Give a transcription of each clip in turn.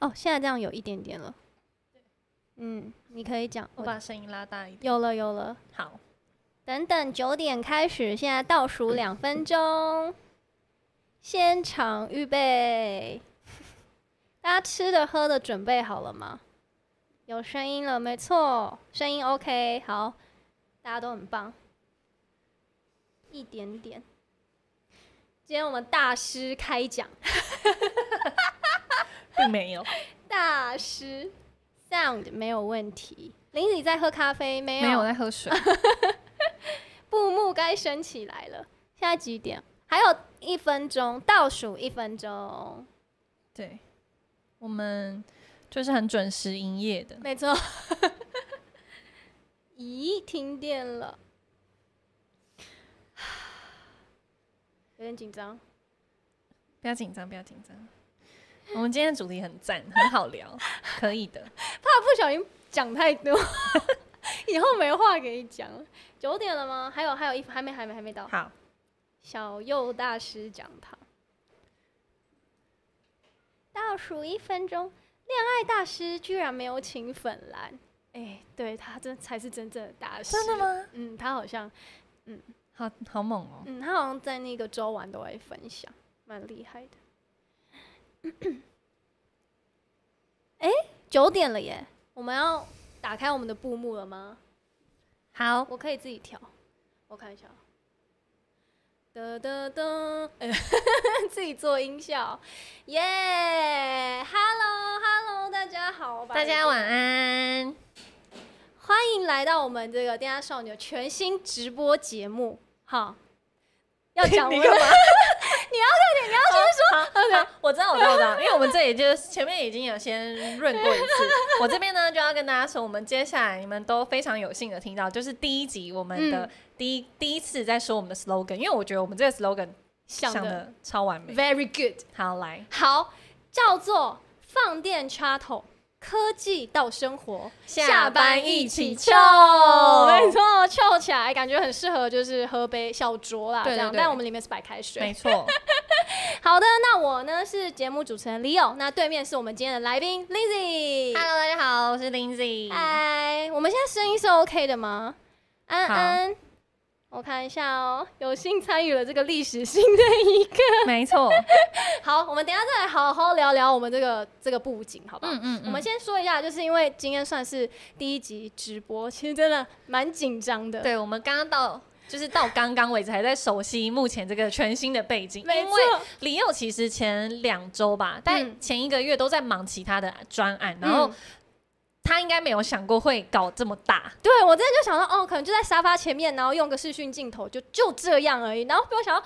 哦，现在这样有一点点了。嗯，你可以讲。我把声音拉大一点。有了，有了。好，等等，九点开始，现在倒数两分钟，现场预备。大家吃的喝的准备好了吗？有声音了，没错，声音 OK，好，大家都很棒。一点点。今天我们大师开讲， 并没有，大师 sound 没有问题。林子在喝咖啡没有？ 没有我在喝 水。布幕该升起来了。现在几点？还有一分钟，倒数一分钟。对，我们就是很准时营业的。没错。 咦，停电了， 有点紧张。啊不要紧张，不要紧张。我们今天的主题很赞，很好聊，可以的。怕不小心讲太多， 以后没话给你讲了。九点了吗？还有还有一还没还没还没到。 好，小右大师讲堂，倒数一分钟，恋爱大师居然没有请粉蓝，哎、对他这才是真正的大师。真的？吗？嗯，他好像，好好猛哦、嗯，他好像在那个周晚都会分享，蛮厉害的。 哎、九点了耶，我们要打开我们的布幕了吗？好，哦我可以自己调，我看一下。噔噔噔，哎 自己做音效，耶、h e l l o Hello，大家好，大家，晚安。欢迎来到我们这个《电压少女》的全新直播节目，好，要讲我 你们干嘛？你要先说，好我知道，我知道，我知道，因为我们这里就是前面已经有先润过一 次，我这边呢就要跟大家说，我们接下来你们都非常有幸的听到，就是第一集我们的嗯第一、第一次在说我们的 slogan，因为我觉得我们这个 slogan 想想的的超完美。 very good，好，来，好，叫做放电插头，科技到生活，下班一起翘翘，没错，翘起来感觉很适合，就是喝杯小酌啦，对对这样。对但我们里面是白开没水。错，好的，那我呢是节目主持人 Leo，那对面是我们今天的来宾 Lizzy。 Hello，大家好，我是 Lindsay。嗨，我们现在声音是 OK 的吗？安好安，我看一下哦，有幸参与了这个历史性的一刻。没错，好，我们等一下再来好好聊聊我们这个这个布景，好不好？嗯嗯，我们先说一下，就是因为今天算是第一集直播，其实真的蛮紧张的。对，我们刚刚到。就是到刚刚为止还在熟悉目前这个全新的背景，因 没错为李佑其实前两周吧，但前一个月都在忙其他的专案，然后嗯他应该没有想过会搞这么大，对我真的就想说，哦，可能就在沙发前面，然后用个视讯镜头，就就这样而已。然后没有想到，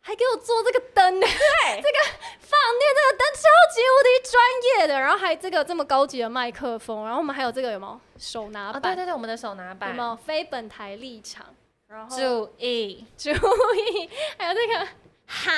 还给我做这个灯呢， 这个放电这个灯超级无敌专业的，然后还这个这么高级的麦克风，然后我们还有这个有没有手拿啊，板？对对对，我们的手拿有板没，有非本台立场？然后注意，注意，还有那个哈，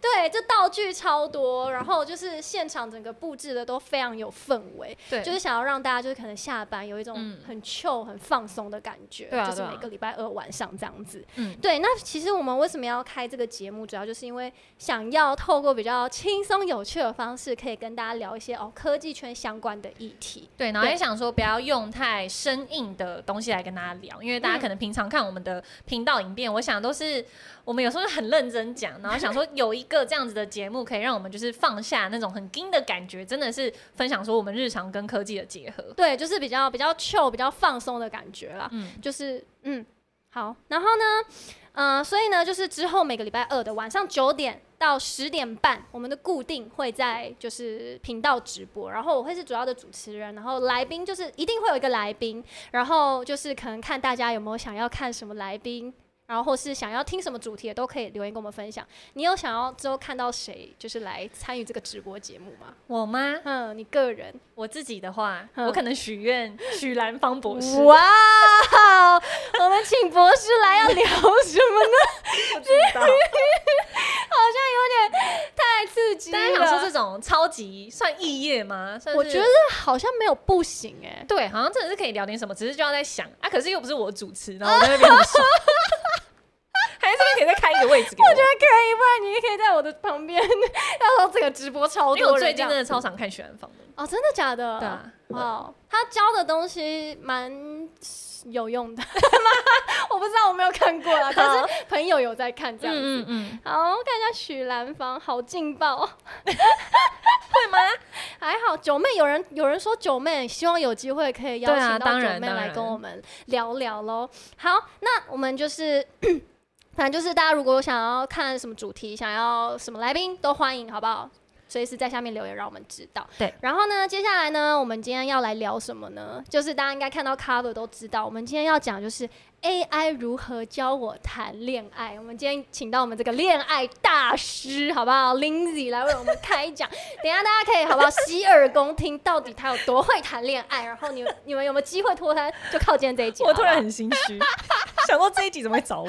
对，这道具超多，然后就是现场整个布置的都非常有氛围，对，就是想要让大家就是可能下班有一种嗯很 chill、很放松的感觉，对啊就是对啊每个礼拜二晚上这样子。嗯对，那其实我们为什么要开这个节目，主要就是因为想要透过比较轻松有趣的方式，可以跟大家聊一些哦科技圈相关的议题。对，然后对也想说不要用太生硬的东西来跟大家聊，因为大家嗯可能平常看我们的频道影片，我想都是我们有时候就很认真讲，然后想说有一个这样子的节目，可以让我们就是放下那种很硬的感觉，真的是分享说我们日常跟科技的结合。对，就是比较比较 chill、比较放松的感觉啦。嗯，就是嗯，好，然后呢，嗯、所以呢，就是之后每个礼拜二的晚上九点到十点半，我们的固定会在就是频道直播，然后我会是主要的主持人，然后来宾就是一定会有一个来宾，然后就是可能看大家有没有想要看什么来宾。然后或是想要听什么主题，也都可以留言跟我们分享。你有想要之后看到谁，就是来参与这个直播节目吗？我吗？嗯，你个人我自己的话，嗯我可能许愿许兰芳博士，哇，哦我们请博士来要聊什么呢？不知 道。太刺激大了！家想说这种超级算异业吗？算是我觉得好像没有不行哎、对，好像真的是可 以聊点什么，只是就要在想啊，可是又不是我主持，然后我在那边很爽，还是边可以再开一个位置给我。我觉可以，不然你也可以在我的旁边。 到时候这个直播超因为我多最人这近样真的超常看许安芳的。哦，真的假的？对啊，哇，哦他教的东西蛮有用 的，我不知道，我没有看过啦，啊但是朋友有在看这样子。嗯嗯嗯，好，我看一下许兰芳，好劲 爆，会吗？还好，九妹有人有人说九妹，希望有机会可以邀对啊请到当九然妹当来然跟我们聊聊喽。好，那我们就是。 反正就是大家如果有想要看什么主题，想要什么来宾，都欢迎，好不好？随时在下面留言，让我们知道。对，然后呢，接下来呢，我们今天要来聊什么呢？就是大家应该看到 cover 都知道，我们今天要讲就是 AI 如何教我谈恋爱。我们今天请到我们这个恋爱大师，好不好？Lindsay 来为我们开讲。 等一下大家可以好不好洗耳恭听，到底他有多会谈恋爱？然后你们你们有没有机会脱单？就靠今天这一集。我突然好不很心虚，想说这一集怎么会找我？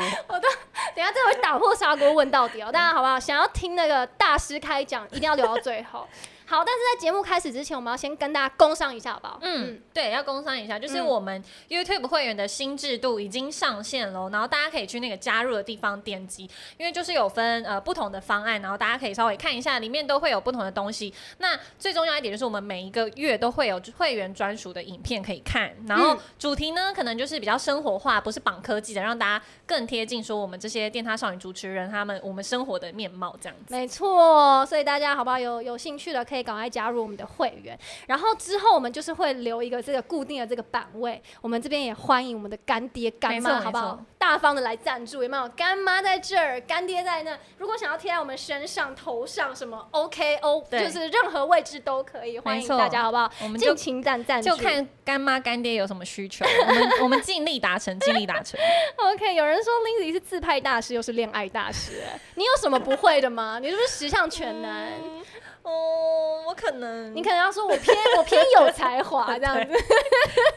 好等一下这会打破砂锅问到底哦。大家好不好？想要听那个大师开讲，一定要留到最后。好，但是在节目开始之前，我们要先跟大家工商一下，好不好？嗯，对，要工商一下，就是嗯我们 YouTube 会员的新制度已经上线喽，然后大家可以去那个加入的地方点击，因为就是有分呃不同的方案，然后大家可以稍微看一下，里面都会有不同的东西。那最重要一点就是我们每一个月都会有会员专属的影片可以看，然后嗯主题呢可能就是比较生活化，不是绑科技的，让大家更贴近说我们这些电塔少女主持人他们我们生活的面貌这样子。没错，所以大家好不好有有兴趣的可以赶快加入我们的会员，然后之后我们就是会留一个这个固定的这个版位，我们这边也欢迎我们的干爹干没妈，错好不没好错？大方的来赞助，有没有？干妈在这儿，干爹在那，如果想要贴在我们身上、头上什么 OKO，对就是任何位置都可以，欢迎大家，好不好？我们就尽情赞赞助，就看干妈干爹有什么需求，我们我们尽力达成，尽力达成。 OK，有人说 Lindsay 是自拍大师，又是恋爱大师，哎你有什么不会的吗？你是不是十项全能？嗯哦，我可能你可能要说我偏我偏有才 华这样子。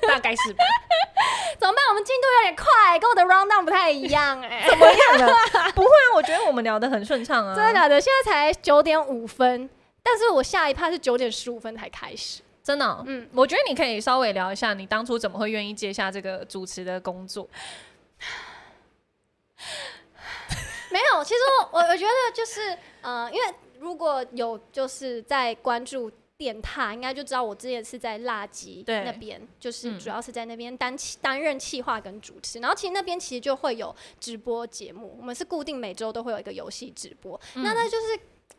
大概是 吧，怎么办？我们进度有点快，跟我的 round down 不太一样哎、怎么样的？不会啊，我觉得我们聊得很顺畅啊。真的假的？现在才九点五分，但是我下一趴是九点十五分才开始。真的哦、嗯，我觉得你可以稍微聊一下，你当初怎么会愿意接下这个主持的工作？没有，其实我我我觉得就是呃，因为如果有就是在关注。电塔应该就知道，我之前是在辣吉对那边，就是嗯主要是在那边担起担任企划跟主持，然后其实那边其实就会有直播节目，我们是固定每周都会有一个游戏直播，嗯那那就是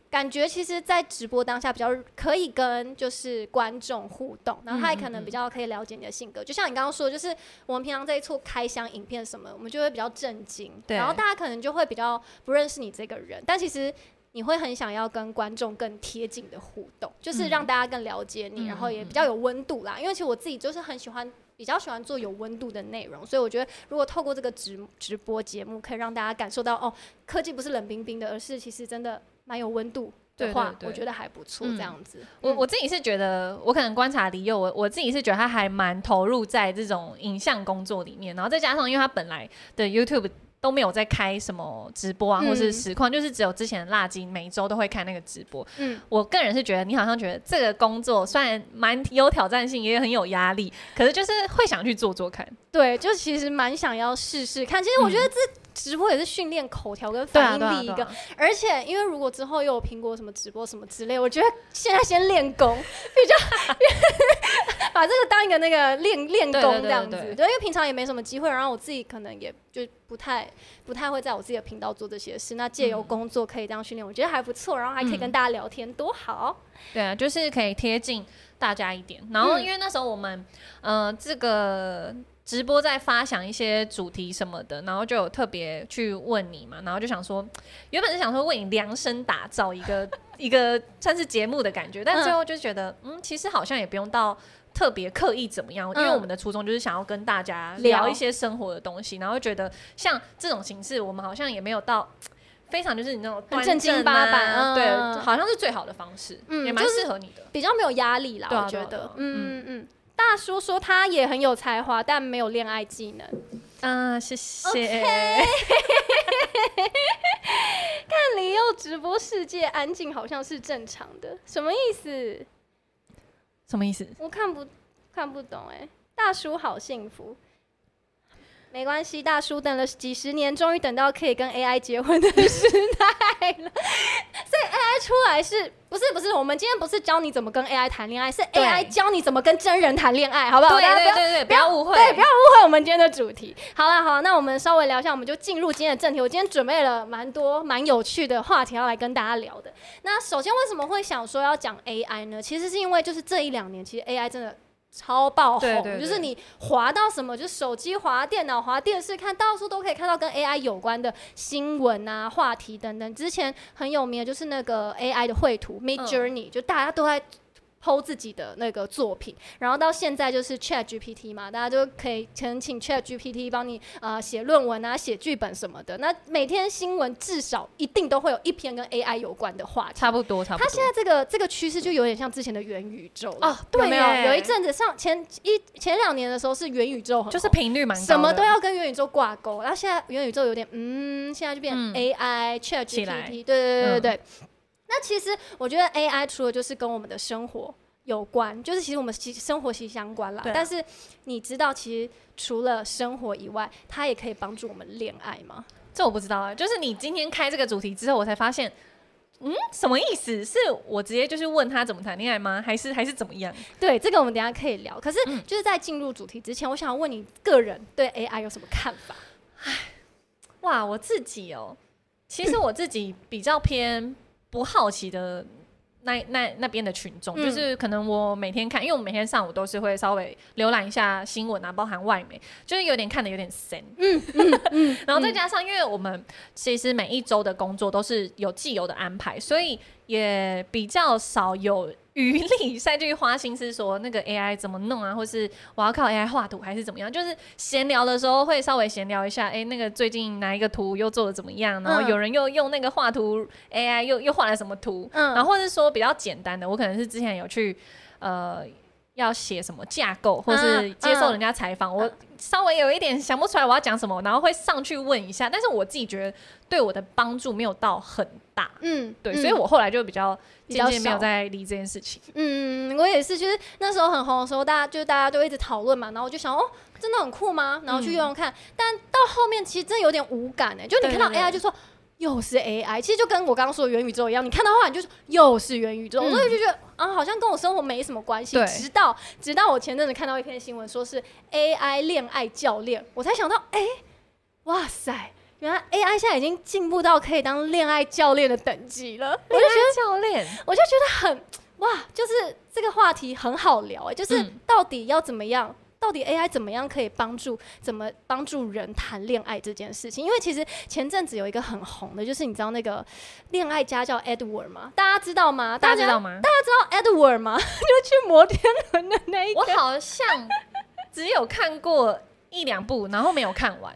感觉，其实，在直播当下比较可以跟就是观众互动，然后嗯他也可能比较可以了解你的性格。就像你刚刚说，就是我们平常在做开箱影片什么，我们就会比较震惊，对然后大家可能就会比较不认识你这个人，但其实。你会很想要跟观众更贴近的互动，就是嗯让大家更了解你，嗯然后也嗯比较有温度啦。因为其实我自己就是很喜欢，比较喜欢做有温度的内容，所以我觉得如果透过这个直直播节目，可以让大家感受到哦，科技不是冷冰冰的，而是其实真的蛮有温度的话，对对对我觉得还不错。嗯这样子，我嗯我自己是觉得，我可能观察李佑，我我自己是觉得他还蛮投入在这种影像工作里面，然后再加上因为他本来的 YouTube 都没有在开什么直播啊，嗯或是实况，就是只有之前的辣鸡每周都会开那个直播。嗯我个人是觉得，你好像觉得这个工作虽然蛮有挑战性，也很有压力，可是就是会想去做做看。对，就其实蛮想要试试看。其实我觉得嗯这直播也是训练口条跟啊反应力一个，而且因为如果之后又有苹果什么直播什么之类，我觉得现在先练功 比较，把这个当一个那个练练对对功对这样子。对对因为平常也没什么机会，然后我自己可能也就不太不太会在我自己的频道做这些事。那借由嗯工作可以这样训练，我觉得还不错，然后还可以嗯跟大家聊天，多好。对啊，就是可以贴近大家一点。然后因为那时候我们，呃，这个直播在发想一些主题什么的，然后就有特别去问你嘛，然后就想说，原本是想说为你量身打造一个一个算是节目的感觉，但最后就觉得，嗯，其实好像也不用到。特别刻意怎么样？因为嗯我们的初衷就是想要跟大家聊聊一些生活的东西，然后觉得像这种形式，我们好像也没有到非常就是你那种很端正经正八啊板嗯对，好像是最好的方式，嗯也蛮就是适合你的。比较没有压力啦，对啊我觉对啊对得啊，嗯嗯嗯。大叔说他也很有才华，但没有恋爱技能。啊，谢谢。看李佑直播世界安静好像是正常的，什么意思？什么意思？欸我看不看不懂哎、大叔好幸福，没关系，大叔等了几十年，终于等到可以跟 AI 结婚的时代了。所以 AI 出来是不是不是？我们今天不是教你怎么跟 AI 谈恋爱，是对 AI 教你怎么跟真人谈恋爱，好不好？对大家不对要对对，不不要要误会，对，不要误会我们今天的主题。好了好啦，那我们稍微聊一下，我们就进入今天的正题。我今天准备了蛮多蛮有趣的话题要来跟大家聊的。那首先为什么会想说要讲 AI 呢？其实是因为就是这一两年，其实 AI 真的。超爆红，对对对就是你滑到什么，就手机滑、电脑滑、电视看，到处都可以看到跟 AI 有关的新闻啊、话题等等。之前很有名的就是那个 AI 的绘图嗯 Mid Journey，、就大家都在剖自己的那个作品，然后到现在就是 Chat GPT 嘛，大家就可以可能请 Chat GPT 帮你呃写论文啊、写剧本什么的。那每天新闻至少一定都会有一篇跟 AI 有关的话题。差不多差不它多。现在这个这个趋势就有点像之前的元宇宙了哦对有没有？耶有一阵子上前一前两年的时候是元宇宙很红，就是频率蛮高的，什么都要跟元宇宙挂钩，然后现在元宇宙有点，嗯，现在就变嗯 AI、Chat 起来 GPT，对对对对嗯对。那其实我觉得 AI 除了就是跟我们的生活有关，就是其实我们其实生活息息相关啦。对啊但是你知道，其实除了生活以外，它也可以帮助我们恋爱吗？这我不知道啊。就是你今天开这个主题之后，我才发现。嗯，什么意思？是我直接就是问他怎么谈恋爱吗？还是还是怎么样？对，这个我们等一下可以聊。可是嗯就是在进入主题之前，我想要问你个人对 AI 有什么看法？哇，我自己哦，其实我自己比较偏不好奇的那那那边的群众，嗯就是可能我每天看，因为我每天上午都是会稍微浏览一下新闻啊，包含外媒，就是有点看的有点深，嗯 然后再加上因为我们其实每一周的工作都是有既有的安排，所以也比较少有。余力再去花心思说那个 AI 怎么弄啊，或是我要靠 AI 画图还是怎么样？就是闲聊的时候会稍微闲聊一下，哎、那个最近哪一个图又做的怎么样？然后嗯有人又用那个画图 AI 又又画了什么图？嗯然后或者说比较简单的，我可能是之前有去呃要写什么架构，或是嗯接嗯受人家采访，我稍微有一点想不出来我要讲什么，然后会上去问一下，但是我自己觉得对我的帮助没有到很大。嗯，对，嗯所以我后来就比较比渐较渐没有少在理这件事情。嗯，我也是，就是那时候很红的时候，大家就是大家都一直讨论嘛，然后我就想，哦，真的很酷吗？然后去用用看，但到后面其实真的有点无感哎、就你看到嗯对对对 AI 就说又是 AI，其实就跟我刚刚说的元宇宙一样，你看到后来你就说又是元宇宙，嗯所以就觉得啊，好像跟我生活没什么关系。对直到直到我前阵子看到一篇新闻，说是 AI 恋爱教练，我才想到，哎、哇塞。原来 AI 现在已经进步到可以当恋爱教练的等级了，我就觉得教练，我就觉得很哇，就是这个话题很好聊哎、就是嗯到底要怎么样。到底 AI 怎么样可以帮助怎么帮助人谈恋爱这件事情？因为其实前阵子有一个很红的，就是你知道那个恋爱家叫 Edward 吗？大家知道吗？大家家知道吗？知道 Edward 吗？ 就去摩天轮的那一个，我好像只有看过一两部，然后没有 看完。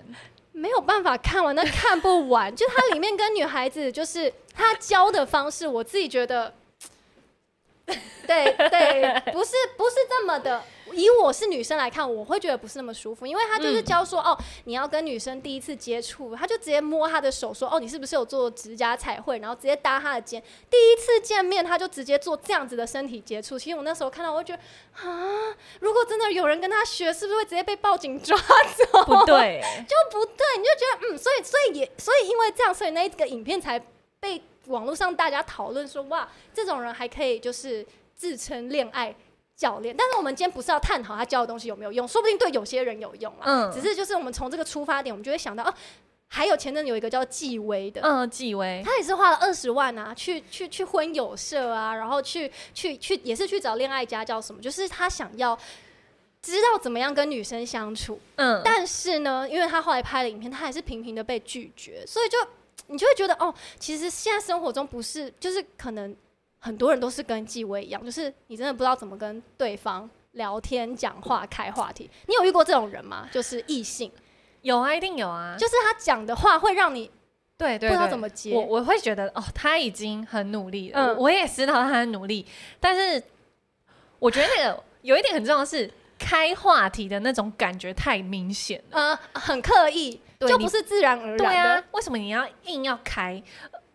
没有办法看完，那 看不完。就它里面跟女孩子，就是他教的方式，我自己觉得， 对对，不是不是这么的。以我是女生来看，我会觉得不是那么舒服，因为他就是教说、哦，你要跟女生第一次接触，他就直接摸她的手说哦，你是不是有做指甲彩绘，然后直接搭她的肩。第一次见面他就直接做这样子的身体接触，其实我那时候看到，我会觉得啊，如果真的有人跟他学，是不是会直接被报警抓走？不对，就不对，你就觉得嗯，所以所以也所以因为这样，所以那一个影片才被网络上大家讨论说哇，这种人还可以就是自称恋爱教练。但是我们今天不是要探讨他教的东西有没有用，说不定对有些人有用啊。嗯，只是就是我们从这个出发点，我们就会想到哦、还有前阵子有一个叫呃纪薇的。嗯，纪薇，他也是花了二十万啊，去去去婚友社啊，然后去去去也是去找恋爱家教什么，就是他想要知道怎么样跟女生相处，嗯，但是呢，因为他后来拍了影片，他还是频频的被拒绝，所以就你就会觉得哦，其实现在生活中不是，就是可能很多人都是跟纪薇一样，就是你真的不知道怎么跟对方聊天、讲话、开话题。你有遇过这种人吗？就是异性，有啊，一定有啊，就是他讲的话会让你对不对知道对怎。么接。我我会觉得哦，他已经很努力了，嗯我我也知道他很努力，但是我觉得那个有一点很重要的是开话题的那种感觉太明显了，呃，很刻意，对就你不是自然而然的。对啊，为什么你要硬要开？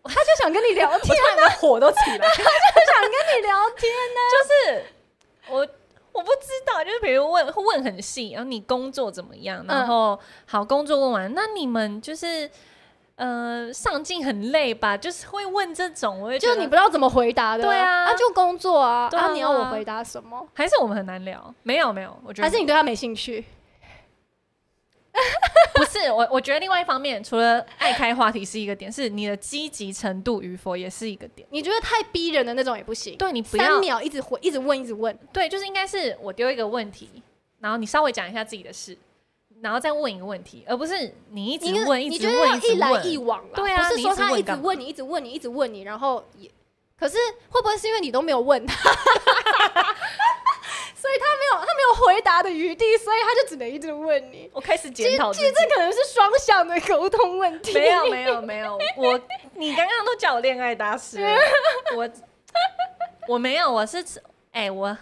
他就想跟你聊天，啊啊 我突然的火都起来，他就想跟你聊天。就是我我不知道，就是比如问问很细，然后你工作怎么嗯样？然后、好，工作问完，那你们就是呃上镜很累吧？就是会问这种， 我会觉啊就得是你不知道怎么回答的，对啊啊就工作啊，对啊你要我回答什么？还是我们很难聊？没有没有，我觉得还是你对他没兴趣？不是我，我觉得另外一方面，除了爱开话题是一个点，是你的积极程度与否也是一个点。你觉得太逼人的那种也不行，对你不三要秒一直回，一直问，一直问，对，就是应该是我丢一个问题，然后你稍微讲一下自己的事，然后再问一个问题，而不是你一直你问，你直觉得要问，一直来一问。往啦，对啊不是说他你一直一直问干嘛问你，一直问你，一直问你，然后也，可是会不会是因为你都没有问他， 所以他没有他没有回答的余地，所以他就只能一直问你。我开始其实检讨自其实己。这可能是双向的沟通问题。没有没有没有， 我你刚刚都叫我恋爱大师了，我我没有，我是哎、 我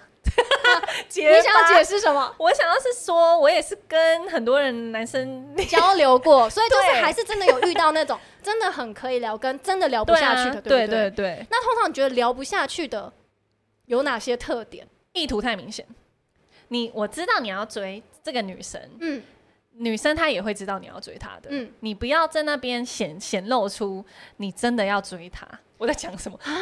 结你想要巴？解释什么我想要是说，我也是跟很多人男生交流过，所以就是对还是真的有遇到那种真的很可以聊，跟真的聊不下去的，对啊不对对，那通常你觉得聊不下去的有哪些特点？意图太明显。你我知道你要追这个女生，嗯女生她也会知道你要追她的。嗯，你不要在那边显显露出你真的要追她。我在讲啊什么？但就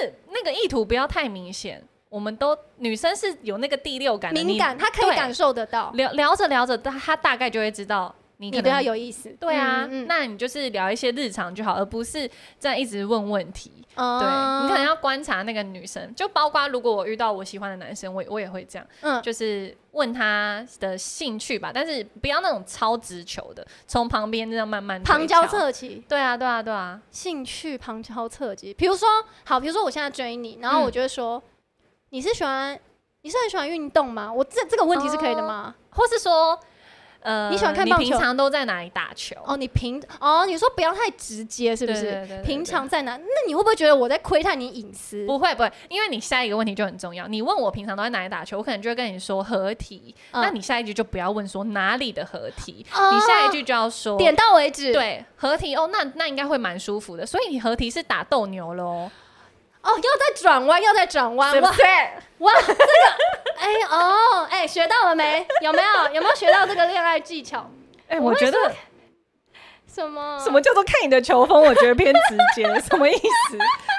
是那个意图不要太明显。我们都女生是有那个第六感的，敏你感，他可以对感受得到，聊聊着聊着，她她大概就会知道你可你能对他有意思。对啊。嗯嗯那你就是聊一些日常就好，而不是这样一直问问题。哦对你可能要观察那个女生，就包括如果我遇到我喜欢的男生，我也我也会这样，嗯，就是问他的兴趣吧，但是不要那种超直球的，从旁边这样慢慢旁推敲敲。侧击，对啊，对啊，对啊，兴趣旁敲侧击。比如说，好，比如说我现在追你，然后我就会说，你是喜欢，你是很喜欢运动吗？我这这个问题是可以的吗？或是说，呃，你喜欢看棒球你平常都在哪里打球？哦，你平哦，你说不要太直接，是不对，是？对对对对平常在哪？那你会不会觉得我在窥探你隐私？不会不会，因为你下一个问题就很重要。你问我平常都在哪里打球，我可能就会跟你说合体，嗯那你下一句就不要问说哪里的合体，哦你下一句就要说点到为止。对，合体哦，那那应该会蛮舒服的。所以你合体是打斗牛喽，哦，要再转弯，要再转弯，哇啊是？哇，这个，哎哦，哎，学到了没？有没有有没有学到这个恋爱技巧？哎、我我会觉得什么？什么叫做看你的球风，我觉得偏直接，什么意 思？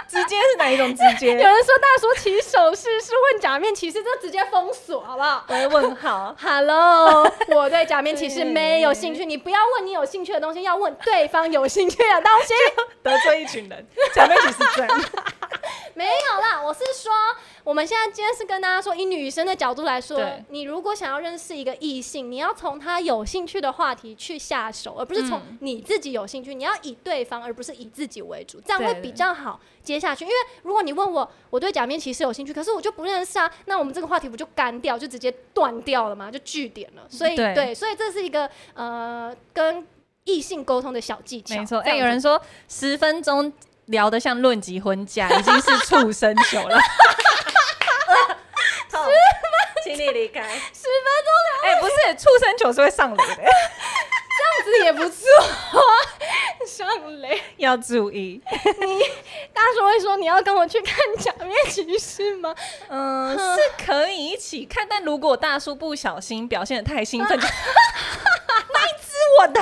直接是哪一种直 有接？人说大叔骑手是是问假面骑士，这直接封锁好不好我会问 号。？Hello，我对假面骑士对没有兴趣。你不要问你有兴趣的东西，要问对方有兴趣的东西。得罪一群人，假面骑士真。没有啦，我是说，我们现在今天是跟大家说，以女生的角度来说对，你如果想要认识一个异性，你要从他有兴趣的话题去下手，而不是从嗯你自己有兴趣，你要以对方而不是以自己为主，这样会对对比较好接下去。因为如果你问我，我对假面骑士有兴趣，可是我就不认识啊，那我们这个话题不就干掉，就直接断掉了嘛，就据点了。所以嗯对对，所以这是一个呃跟异性沟通的小技巧。没错，这哎、样有子人说十分钟聊得像论及婚嫁，已经是畜生球 了。请你 离开。十分哎、不是，畜生球是会上雷的，钟聊，这样子也不 错啊，上雷。要注意。大叔会说：“你要跟我去看假面骑士吗 嗯，是可以一起看，但如果大叔不小心表现的太兴 奋，就那一只我的，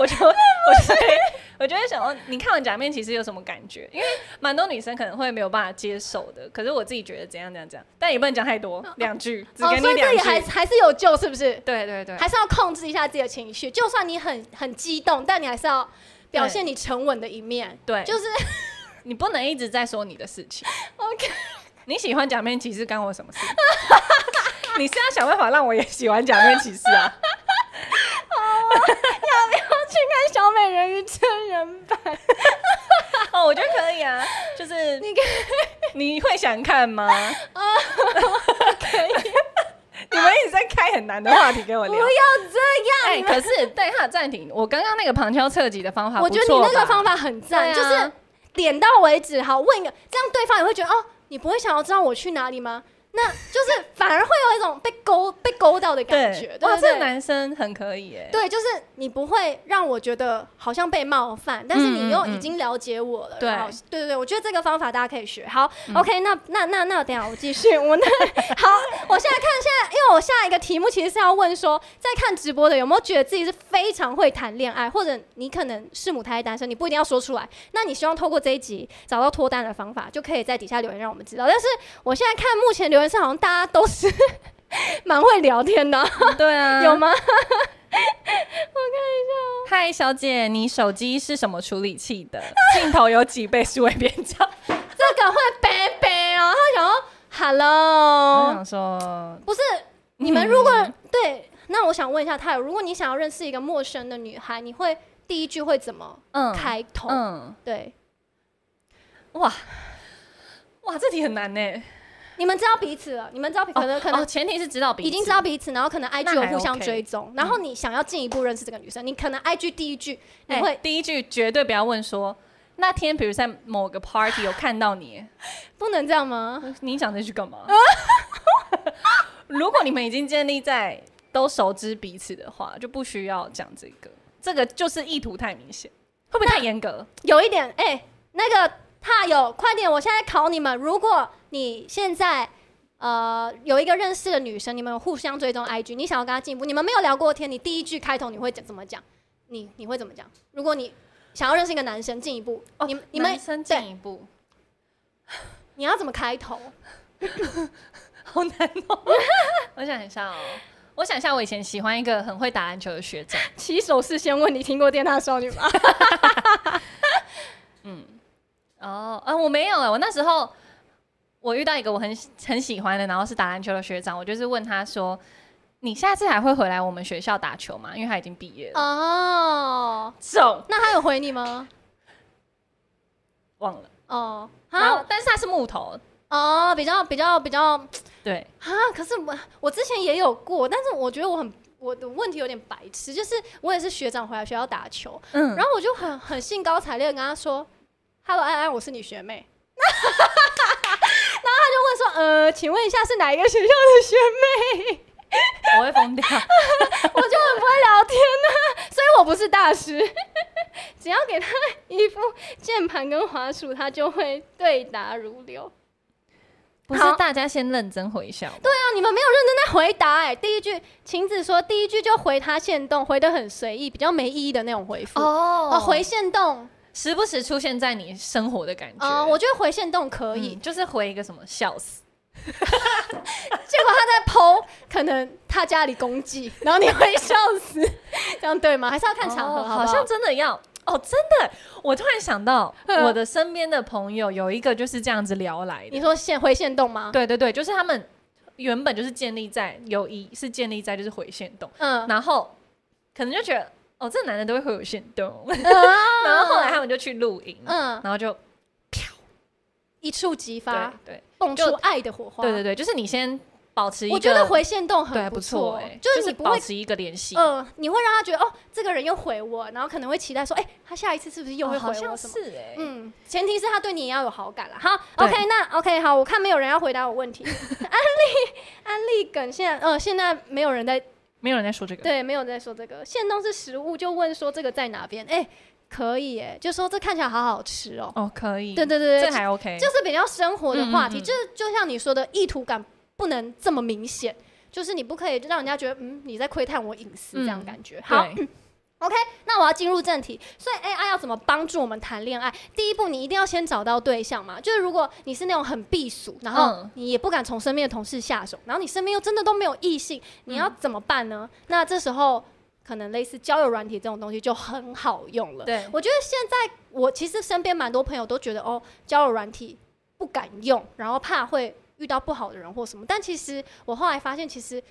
我就我就会我就会想说，你看完假面骑士有什么感觉？因为蛮多女生可能会没有办法接受的，可是我自己觉得怎样怎样怎样，但也不能讲太多，两句？”只哦，给所你以这两里句。还还是有救，是不是？对对对，还是要控制一下自己的情绪，就算你很很激动，但你还是要表现你沉稳的一面。对，就是 你不能一直在说你的事情。 OK，你喜欢假面骑士干我什么事？ 你是要想办法让我也喜欢假面骑士啊？要去看小美人鱼真人版， 哦，我觉得可以啊，就 是你可哦你会想看吗？ 你们一直在开很难的话题给我不啊聊。要这哎、样。可是对他的暂停，我刚刚那个旁敲侧击的方法我不觉错得吧，你那个方法很赞，对就啊是点到为止。好，问一个，这样对方也会觉得哦，你不会想要知道我去哪里吗？那就是反而会有一种被勾被勾到的感觉，对对，哇，不对这个男生很可以哎、对，就是你不会让我觉得好像被冒犯，但是你又已经了解我了。嗯嗯嗯然后对对对，我觉得这个方法大家可以学。好、o k 那那那那，等一下我继续。我那好，我现在看现在，因为我下一个题目其实是要问说，在看直播的有没有觉得自己是非常会谈恋爱，或者你可能是母胎单身，你不一定要说出来。那你希望透过这一集找到脱单的方法，就可以在底下留言让我们知道。但是我现在看目前留言上好像大家都是 蛮会聊天的啊，对 啊有吗？嗨，小姐，你手机是什么处理器的？镜头有几倍数位变焦？这个会背背哦，他想要我 Hello，想说，不是你们如果、嗯对，那我想问一下泰如，如果你想要认识一个陌生的女孩，你会第一句会怎么嗯开头？嗯，对，哇哇，这题很难呢。你们知道彼此了，你们知道彼此，可能可能哦，前提是知道彼此，已经知道彼此，然后可能 IG 有还互相 OK 嗯追踪，然后你想要进一步认识这个女生，你可能 IG 第一句你哎。会第一句绝对不要问说。那天，比如在某个 party 有看到你，不能这样吗？你想这句干嘛？ 如果你们已经建立在都熟知彼此的话，就不需要讲这个，这个就是意图太明显，会不会太严格？有一点，哎、那个踏友，快点，我现在考你们，如果你现在。呃，有一个认识的女生，你们有互相追踪 IG，你想要跟她进一步，你们没有聊过天，你第一句开头你会怎么讲？你你会怎么讲？如果你想要认识一个男生进一步，哦你们你们男生进一步，你要怎么开头？好难 哦。我想一下哦，我想一下，我以前喜欢一个很会打篮球的学长，起手是先问你听过《电塔少女》吗？哦，嗯、我没有哎，我那时候我遇到一个我很很喜欢的，然后是打篮球的学长，我就是问他说：“你下次还会回来我们学校打球吗？”因为他已经毕业 了。哦，这种那他有回你吗？忘了，哦，然啊后，但是他是木头，哦，比较比较比较对，啊！可是我我之前也有过，但是我觉得我很我的问题有点白痴，就是我也是学长回来学校打球，嗯，然后我就很很兴高采烈的跟他说：“Hello，安安，我是你学妹。”然后他就问说：“呃，请问一下是哪一个学校的学妹我会疯 掉。？”我就很不会聊天呐、所以我不是大师。只要给他一副键盘跟滑鼠，他就会对答如流。不是好大家先认真回校，对，啊，你们没有认真在回答哎、第一句，晴子说第一句就回他线动，回的很随意，比较没意义的那种回复。哦哦，回线动，时不时出现在你生活的感觉，哦，我觉得回线动可可以以、。就是回一个什么笑死。嗯结果他在剖，可能他家里公 祭，然后你会笑死，这样对吗？还是要看场合哦好不，好像真的要哦，真的，我突然想到嗯我的身边的朋友有一个就是这样子聊来你的，说线回线动吗？对对对，就是他们原本就是建立在友谊是建立在就是回线动，嗯，然后可能就觉得哦，这男的都会回有线动， 然然后后来他们就去露营，嗯，然后就一触即对发，对蹦就出爱的火花。对对对，就是你先保持一个，我觉得回线动对很欸还不错哎，就是是你不保会持一个联系，嗯、你会让他觉得哦，这个人又回我，然后可能会期待说，哎、他下一次是不是又哦会回好我像什么？是哎，嗯，前提是他对你也要有好感啦。好对，OK，那 OK，好，我看没有人要回答我问 题。安利，安利梗现在，呃，现在没有人在没有人在说这个，对，没有人在说这个。现东是食物，就问说这个在哪边？哎、可以哎、就说这看起来好好吃哦、哦，可以，对对对对这，还 OK，就是比较生活的话题，嗯嗯嗯就是就像你说的，意图感不能这么明显，就是你不可以让人家觉得，嗯，你在窥探我隐私这样的嗯感觉。好对，那我要进入正题，所以 AI 要怎么帮助我们谈恋爱？第一步，你一定要先找到对象嘛。就是如果你是那种很避暑，然后嗯你也不敢从身边的同事下手，然后你身边又真的都没有异性，你嗯要怎么办呢？那这时候可能类似交友软体这种东西就很好用了。对，我觉得现在我其实身边蛮多朋友都觉得哦，交友软体不敢用，然后怕会遇到不好的人或什么。但其实我后来发现，其实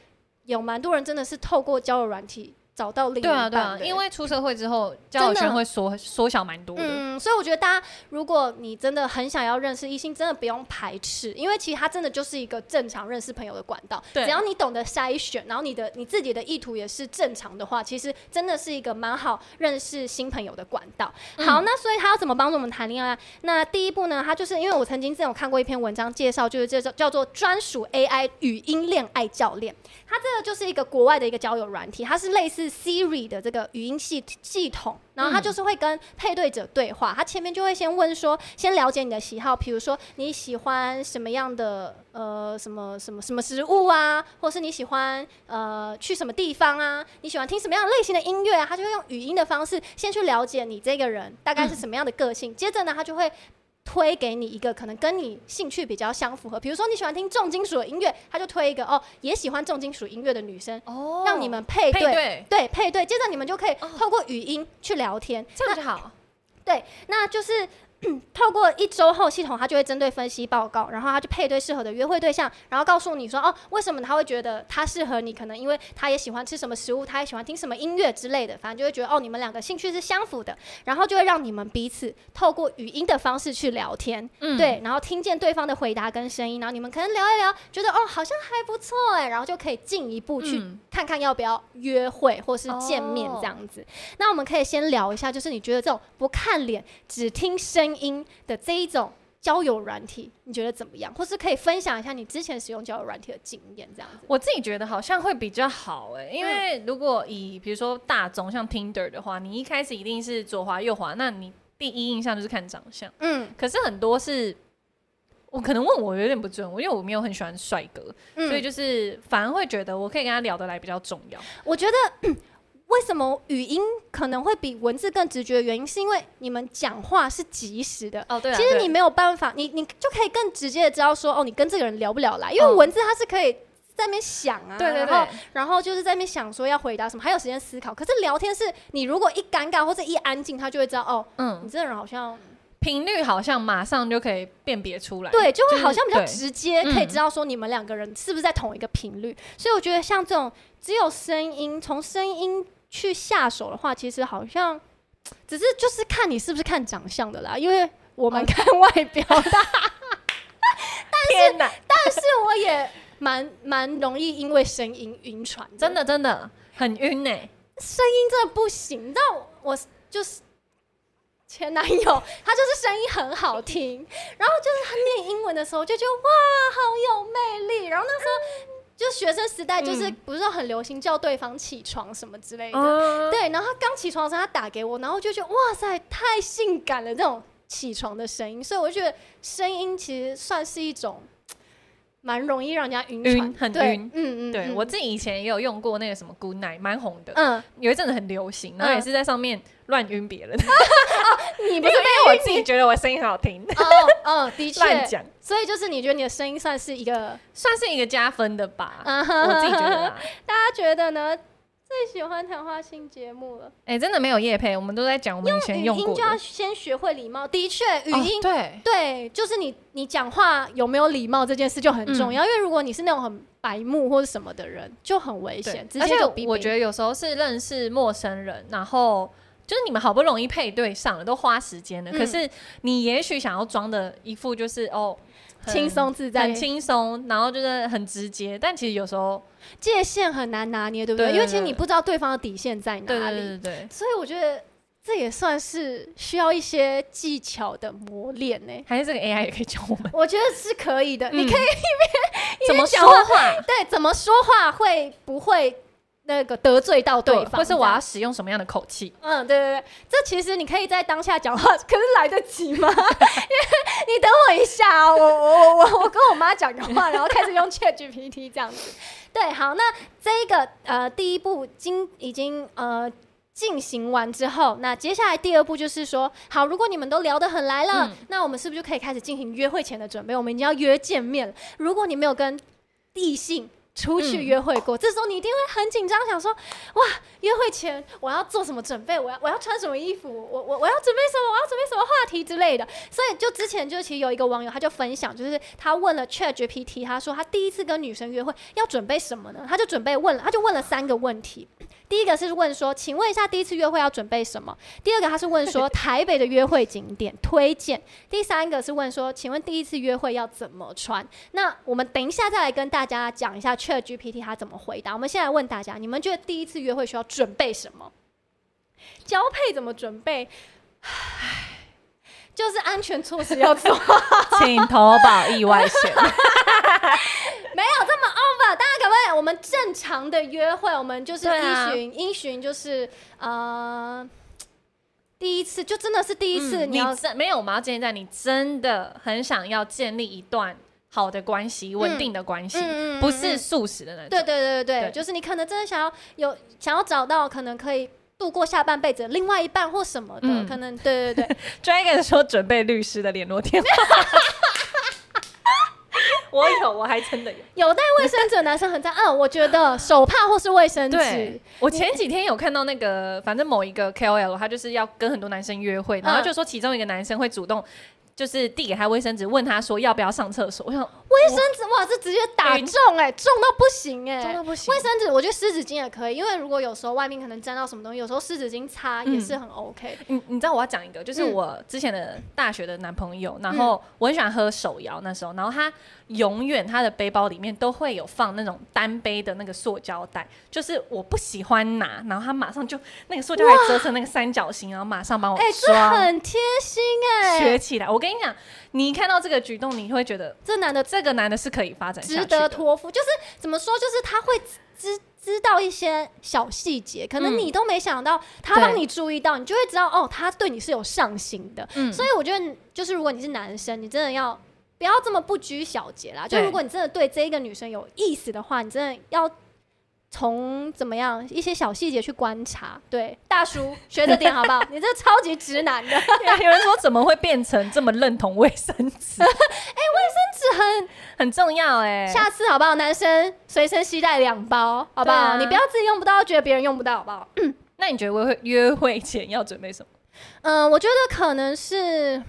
有蛮多人真的是透过交友软体找到另一对啊，半对啊，的因为出社会之后，交友真的圈会缩缩小蛮多的。嗯，所以我觉得大家，如果你真的很想要认识异性，真的不用排斥，因为其实它真的就是一个正常认识朋友的管道。对只要你懂得筛选，然后你的你自己的意图也是正常的话，其实真的是一个蛮好认识新朋友的管道。嗯好，那所以他要怎么帮助我们谈恋爱？那第一步呢，他就是因为我曾经之前有看过一篇文章介绍，就是这种叫做专属 AI 语音恋爱教练，它这个就是一个国外的一个交友软体，它是类似自 Siri 的这个语音系系统，然后它就是会跟配对者对话，它前面就会先问说，先了解你的喜好，比如说你喜欢什么样的呃什么什么什么食物啊，或是你喜欢呃去什么地方啊，你喜欢听什么样类型的音乐啊，它就会用语音的方式先去了解你这个人大概是什么样的个性，接着呢，它就会推给你一个可能跟你兴趣比较相符合，比如说你喜欢听重金属的音乐，他就推一个哦，也喜欢重金属音乐的女生，哦嗯让你们配配对。对，对配对，接着你们就可以哦透过语音去聊天，这样就好。那就是 嗯透过一周后系统，它就会针对分析报告，然后它就配对适合的约会对象，然后告诉你说哦，为什么他会觉得他适合你？可能因为他也喜欢吃什么食物，他也喜欢听什么音乐之类的，反正就会觉得哦，你们两个兴趣是相符的，然后就会让你们彼此透过语音的方式去聊天。嗯，对，然后听见对方的回答跟声音，然后你们可能聊一聊，觉得哦好像还不错哎，然后就可以进一步去嗯看看要不要约会或是见面哦这样子。那我们可以先聊一下，就是你觉得这种不看脸只听声音的这一种交友软体，你觉得怎么样？或是可以分享一下你之前使用交友软体的经验这样子。我自己觉得好像会比较好哎、因为如果以比如说大众像 Tinder 的话，你一开始一定是左滑右滑，那你第一印象就是看长相。嗯可是很多是，我可能问我有点不准，我因为我没有很喜欢帅哥，嗯，所以就是反而会觉得我可以跟他聊得来比较重要。我觉得。嗯为什么语音可能会比文字更直觉？原因是因为你们讲话是及时的，哦，对其实你没有办法，你你就可以更直接的知道说，哦，你跟这个人聊不了来，因为嗯文字它是可以在那边想啊，对对然后对，然后就是在那边想说要回答什么，还有时间思考。可是聊天是你如果一尴尬或者一安静，他就会知道，哦，嗯你，这个人好像频率好像马上就可以辨别出来。对，就会是好像比较对直接，可以嗯知道说你们两个人是不是在同一个频率。所以我觉得像这种只有声音，从声音去下手的话，其实好像只是就是看你是不是看长相的啦，因为我们哦看外表的。天哪，但是我也蛮蛮容易因为声音晕船，真的的真的很晕呢、欸音真的不行。你知道我就是前男友，他就是声音很好 听，然后就是他念英文的时候就觉得哇，好有魅力。然后那时候就学生时代，就是嗯不是很流行叫对方起床什么之类的。嗯，对，然后他刚起床的时候，他打给我，然后就觉得哇塞，太性感了这种起床的声音，所以我就觉得声音其实算是一种蛮容易让人家晕晕船，很对晕嗯嗯，对嗯我自己以前也有用过那个什么 Good Night，蛮红的，嗯，有一阵子很流行，然后也是在上面乱晕别人，你因嗯 不为是因为我自己觉得我声音很好 听，哦哦，的乱确，讲，所以就是你觉得你的声音算是一个，啊算是一个加分的吧，嗯哼啊我自己觉得 啦。大家觉得呢？最喜欢谈话性节目了，哎，真的没有叶配，我们都在讲我们以前语用嗯音过就的要先学会礼貌，的确，语哦音对，对，就是你你讲话有没有礼貌这件事就很重嗯要，因为如果你是那种很白目或者什么的人，就很危险，直而接且就逼我觉得得有时候是认识陌生人，然后就是你们好不容易配对上了，都花时间了，嗯可是你也许想要装的一副就是哦，很轻松自在很，轻松，然后就是很直接，但其实有时候，界限很难拿捏，对不对？对对因为其实对你不知道对方的底线在对哪对里，对对，所以我觉得这也算是需要一些技巧的磨练呢、还是这个 AI 也可以教我们，我觉得是可以的，嗯你可以以一边怎么说讲话话，对怎么说话会不会那个得罪到对方，或是我这要样使用什么样的口气，嗯，对对对，这其实你可以在当下讲话，可是来得及吗？ 因为你等我一下啊，我我我我我跟我妈讲个话，然后开始用 Chat GPT 这样子。对，好，那这一个呃第一步经已经呃。进行完之后，那接下来第二步就是说，好，如果你们都聊得很来了，嗯那我们是不是就可以开始进行约会前的准备？我们已经要约见面了。如果你没有跟异性 出去嗯 约会过，这时候你一定会很紧张，想说约会前我要做什么准备？我要我要穿什么衣服？我我我要准备什么？我要准备什么话题之类的。所以就之前就其实有一个网友他就分享，就是他问了 Chat GPT，他说他第一次跟女生约会要准备什么呢？他就准备问了，他就问了三个问题。第一个是问说，请问一下第一次约会要准备什么？第二个他是问说台北的约会景点推荐。第三个是问说，请问第一次约会要怎么穿？那我们等一下再来跟大家讲一下 Chat GPT 它怎么回答。我们现在问大家，你们觉得第一次约会需要准备什么？交配怎么准备？唉就是安全措施要 做请投保意外险，吧，大家可不可以？我们正常的约会，我们就是对啊依循依循就是呃，第一次就真的是 第一次，嗯你要真没有，我们要建立在你真的很想要建立一段好的关系、稳定的关系，嗯嗯嗯不嗯是素食的那种。对对对对，对对就是你可能真的想要有想要找到可能可以度过下半辈子的另外一半或什么的，嗯可能对对对， Dragon 说准备律师的联络电话。 我有，我还真的有。有带卫生纸的男生很赞，嗯，我觉 得手帕或是卫生纸对，，我前几天有看到那个，反正某一个 KOL，他就是要跟很多男生约会，然后嗯就说其中一个男生会主动。就是递给他卫生纸，问他说要不要上厕所。我想卫生纸哇，这直接打晕中哎、中到不行哎、真的不行卫，生纸，我觉得湿纸巾也可以，因为如果有时候外面可能沾到什么东西，有时候湿纸巾擦嗯也是很 OK。你你知道我要讲一个，就是嗯我之前的大学的男朋友，然后我很喜欢喝手摇那时候，然后他永远他的背包里面都会有放那种单杯的那个塑胶袋，就是我不喜欢拿，然后他马上就那个塑胶袋折成那个三角形，然后马上帮我哎、这装、很贴心哎、学起来。我跟你讲，你一看到这个举动，你会觉得这男的这个男的是可以发展下值去得的。托付，就是怎么说，就是他会知知道一些小细节，可能嗯你都没想到，他帮你注意到，你就会知道哦，他对你是有上心的。嗯所以我觉得，就是如果你是男生，你真的要。不要这么不拘小节啦！就对如果你真的对这一个女生有意思的话，你真的要从怎么样一些小细节去观察。对， 大叔学着点好不好？你这超级直男的，是 有人说怎么会变成这么认同卫生纸？哎很很重要哎、 下次好不好？男生随身携带两包，好不好？对啊你不要自己用不到，觉得别人用不到，好不好？那你觉得约会约会前要准备什么？嗯，我觉得可能是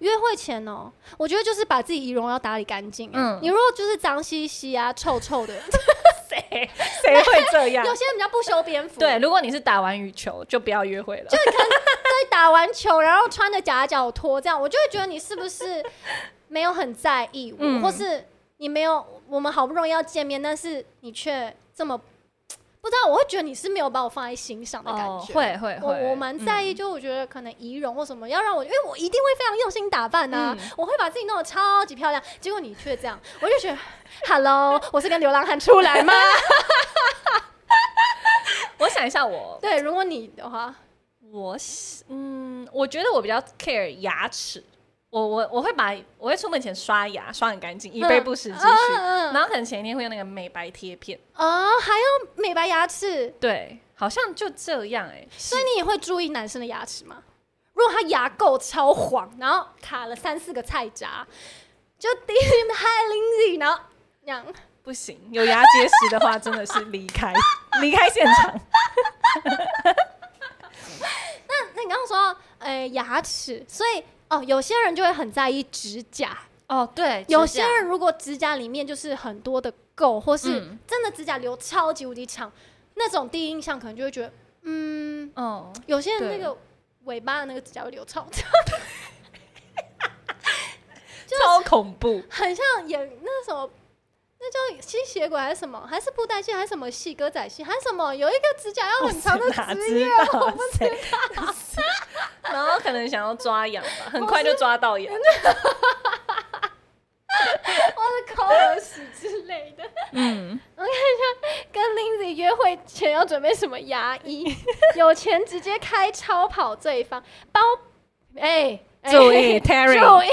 约会前哦、我觉得就是把自己仪容要打理干净、嗯嗯，你如果就是脏兮兮啊、臭 臭的， 谁谁会这样有些人比较不修边幅，啊 对，，如果你是打完羽球，就不要约会了。对，打完球然后穿着夹脚拖这样，我就会觉得你是不是没有很在意我，嗯或是你没有我们好不容易要见面，但是你却这么不知道，我会觉得你是没有把我放在心上的感觉。哦会会我会，嗯我蛮在意，就我觉得可能仪容或什么要让我，因为我一定会非常用心打扮呐、嗯我会把自己弄得超级漂亮，结果你却这样，我就觉得，Hello，我是跟流浪汉出来吗？ 嗯。我想一下我，对，如果你的话，我是嗯，我觉得我比较 care 牙齿，我我我会把我会出门前刷牙，刷很干净，以备不时之需。嗯嗯 然后可能前一天会用那个美白贴片，哦，还有美白牙齿，对，好像就这样哎。所以你也会注意男生的牙齿吗？如果他牙垢超黄，然后卡了三四个菜渣，就滴 嗨林子，然后这样，不行，有牙结石的话，真的是离开 离开现场。那那你刚刚说到，呃，牙齿，所以哦，有些人就会很在意指甲。 哦，对，有些人如果指甲里面就是很多的垢，或是嗯真的指甲留超级无敌长，那种第一印象可能就会觉得，嗯，哦，有些人对那个尾巴的那个指甲会留超长，超恐怖。很像演那什么。那叫吸血鬼还是什么？还是布袋戏还是什么戏？歌仔戏还是什么？有一个指甲要很长的哦我 哪职知业，道啊谁 然后可能想要抓痒吧，很快就抓到痒。我的口耳屎之类的。嗯，跟 Lindsay 约会前要准备什么牙 医？有钱直接开超跑这一方包，哎、哎注意注 Terry，意，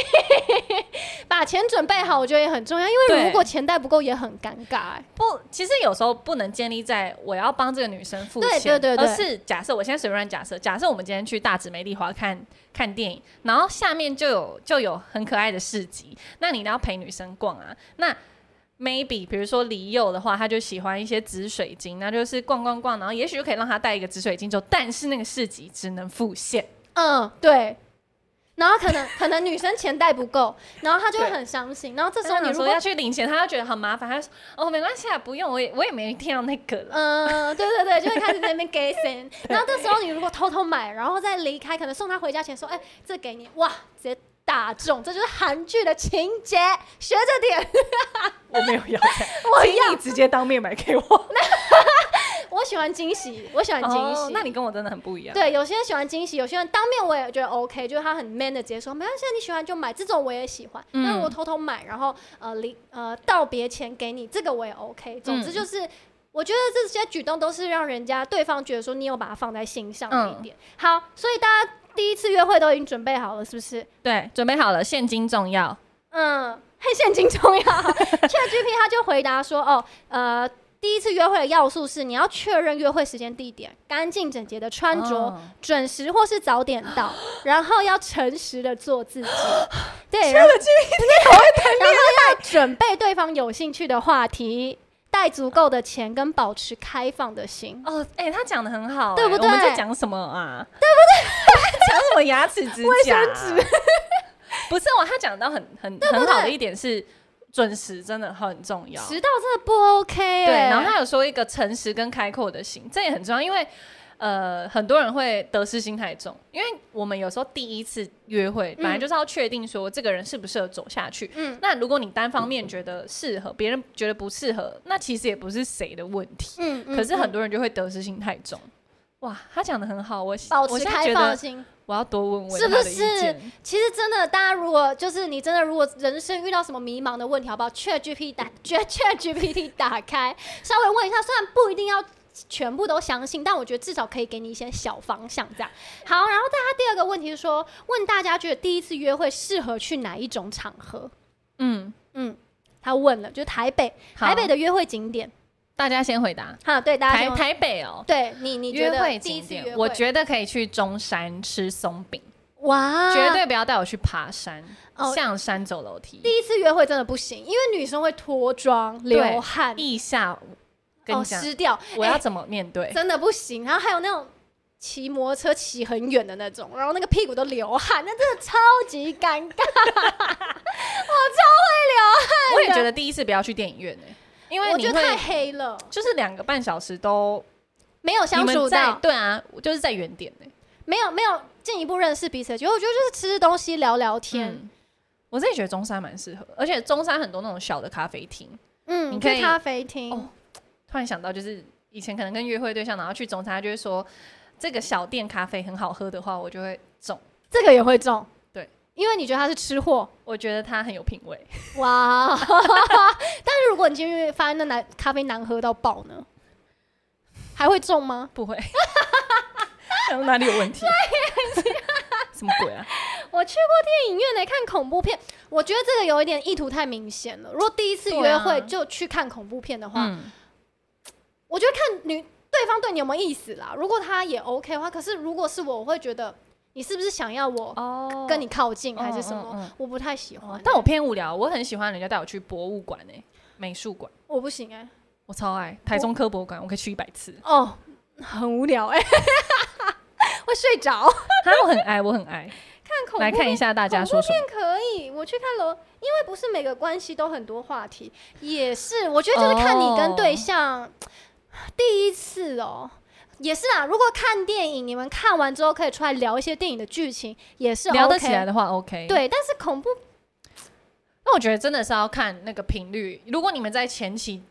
把钱准备好，我觉得也很重要，因为对如果钱带不够也很尴尬、哎不，其实有时候不能建立在我要帮这个女生付对钱，对对对而是假设我现在随便乱假设，假设我们今天去大直美丽华看看电影，然后下面就有就有很可爱的市集，那你一定要陪女生逛啊，那。maybe 比如说李佑的话，他就喜欢一些紫水晶，那就是逛逛逛，然后也许就可以让他带一个紫水晶走，但是那个市集只能付现，嗯，对。然后可能 可能女生钱带不够，然后她就会对很伤心。然后这时时候候你你如说果要去领钱，他就觉得很麻烦，他就说哦没关系啊，不用，我也我也没听到那个了。嗯，对对对，就会开始在那边 gay 神。然后这时候你如果偷偷买，然后再离开，可能送他回家前说：“哎、这给你。”哇，直接打中，这就是韩剧的情节，学着点。 我没有要钱，我请你直接当面买给我。我我喜欢惊喜，我喜欢惊哦喜。，那你跟我真的很不一样。对，有些人喜欢惊喜，有些人当面我也觉得 OK，就是他很 man 的直接说没关系，你喜欢就买，这种我也喜欢。嗯那、如果偷偷买，然后呃离呃道别前给你，这个我也 OK。总嗯之就是。我觉得这些举动都是让人家对方觉得说你有把它放在心上的嗯一点。好，所以大家第一次约会都已经准备好了，是不是？对，准备好了，现金重要。嗯，嘿现金重要。ChatGPT 他就回答说，哦，呃，第一次约会的要素是你要确认约会时间、地点，干净整洁的穿着，哦准时或是早点到， 然后要诚实的做自己。对，然后然后要准备对方有兴趣的话题，带足够的钱跟保持开放的心。哦，哎、他讲的很好、哎对不对我们在讲什么啊？对不对？讲什么牙齿指甲、卫生纸？ 不是哦我，他讲到很很很好的一点是，准时真的很重要。迟到真的不 OK 哎、对，然后他有说一个诚实跟开阔的心，这也很重要，因为呃，很多人会得失心太重，因为我们有时候第一次约会，本来嗯就是要确定说这个人适不适合走下去。嗯那如果你单方面觉得适合，别人觉得不适合，那其实也不是谁的问题。嗯嗯可是很嗯多人就会得失心太重。哇，他讲的很好，我保我持现在开觉放的得心。我要多问问是不他的意是见其实真的，大家如果就是你真的如果人生遇到什么迷茫的问题，好不好？Chat GPT 打 Chat Chat GPT 打开，稍微问一下，虽然不一定要。全部都相信，但我觉得至少可以给你一些小方向，这样好。然后大家第二个问题是说，问大家觉得第一次约会适合去哪一种场合？嗯，嗯，他问了，就是台北，好台北的约会景点。大家先回答。哈，对，大家台先问台北哦，对你，你觉约会得第一景次点约会，我觉得可以去中山吃松饼，哇，绝对不要带我去爬山，啊哦上山走楼梯，第一次约会真的不行，因为女生会脱妆、流汗，腋下，跟哦，你讲，湿掉。我要哎怎么面对？真的不行。然后还有那种骑摩托车骑很远的那种，然后那个屁股都流汗，那真的超级尴尬。我也觉得第一次不要去电影院哎，因为我你觉得太会黑了，就是两个半小时都没有你相们处在到，对啊，就是在原点哎。没有没有进一步认识彼此的机会。我觉得就是吃吃东西、聊聊天，嗯，我自己觉得中山蛮适合，而且中山很多那种小的咖啡厅。嗯，你可以去咖啡厅。哦突然想到，就是以前可能跟约会对象，然后去中山，他就会说这个小店咖啡很好喝的话，我就会中。这个也会中，对，因为你觉得他是吃货，我觉得他很有品 味，哇！ 但是如果你进去发现那难咖啡难喝到爆呢，还会中吗？不会，想说哪里有问题？什么鬼啊？我去过电影院呢，看恐怖片，我觉得这个有一点意图太明显了。如果第一次对约啊会就去看恐怖片的话，嗯，我觉得看女对方对你有没有意思啦。如果他也 OK 的话，可是如果是我，我会觉得你是不是想要我哦跟你靠近还是什么？嗯嗯嗯我不太喜欢，但我偏无聊，我很喜欢人家带我去博物馆诶、美术馆，我不行哎、我超爱台中科博馆，我可以去一百次。哦，很无欸聊哎、 会睡着。 哈，我很爱，我很爱。看恐 来怖看一片下大家说什么。可以，我去看楼，因为不是每个关系都很多话题，也是，我觉得就是看你跟对象、第一次哦。也是啊，如果看电影，你们看完之后可以出来聊一些电影的剧情，也是、OK、聊得起来的话，OK。，哦对，但是恐怖那我觉得真的是要看那个频率。如果你们在前期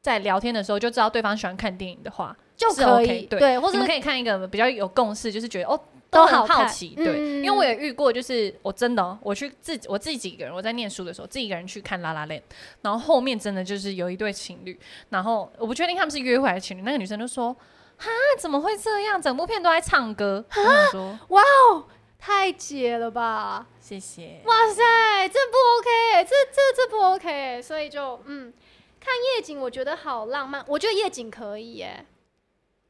在聊天的时候就知道对方喜欢看电影的话，就是可 OK，以，对对，或你者们是可以看一个比较有共识，就是觉得哦。都很好看好奇，对，嗯因为我也遇过，就是我真的哦、我去自己我自己一个人，我在念书的时候，自己一个人去看《拉拉链》，然后后面真的就是有一对情侣，然后我不确定他们是约会还是情侣，那个女生就说：“哈，怎么会这样？整部片都在唱歌。”我想说太解了吧？：“谢谢。”哇塞，这不 OK，这这这不 OK，所以就嗯，看夜景我觉得好浪漫，我觉得夜景可以耶，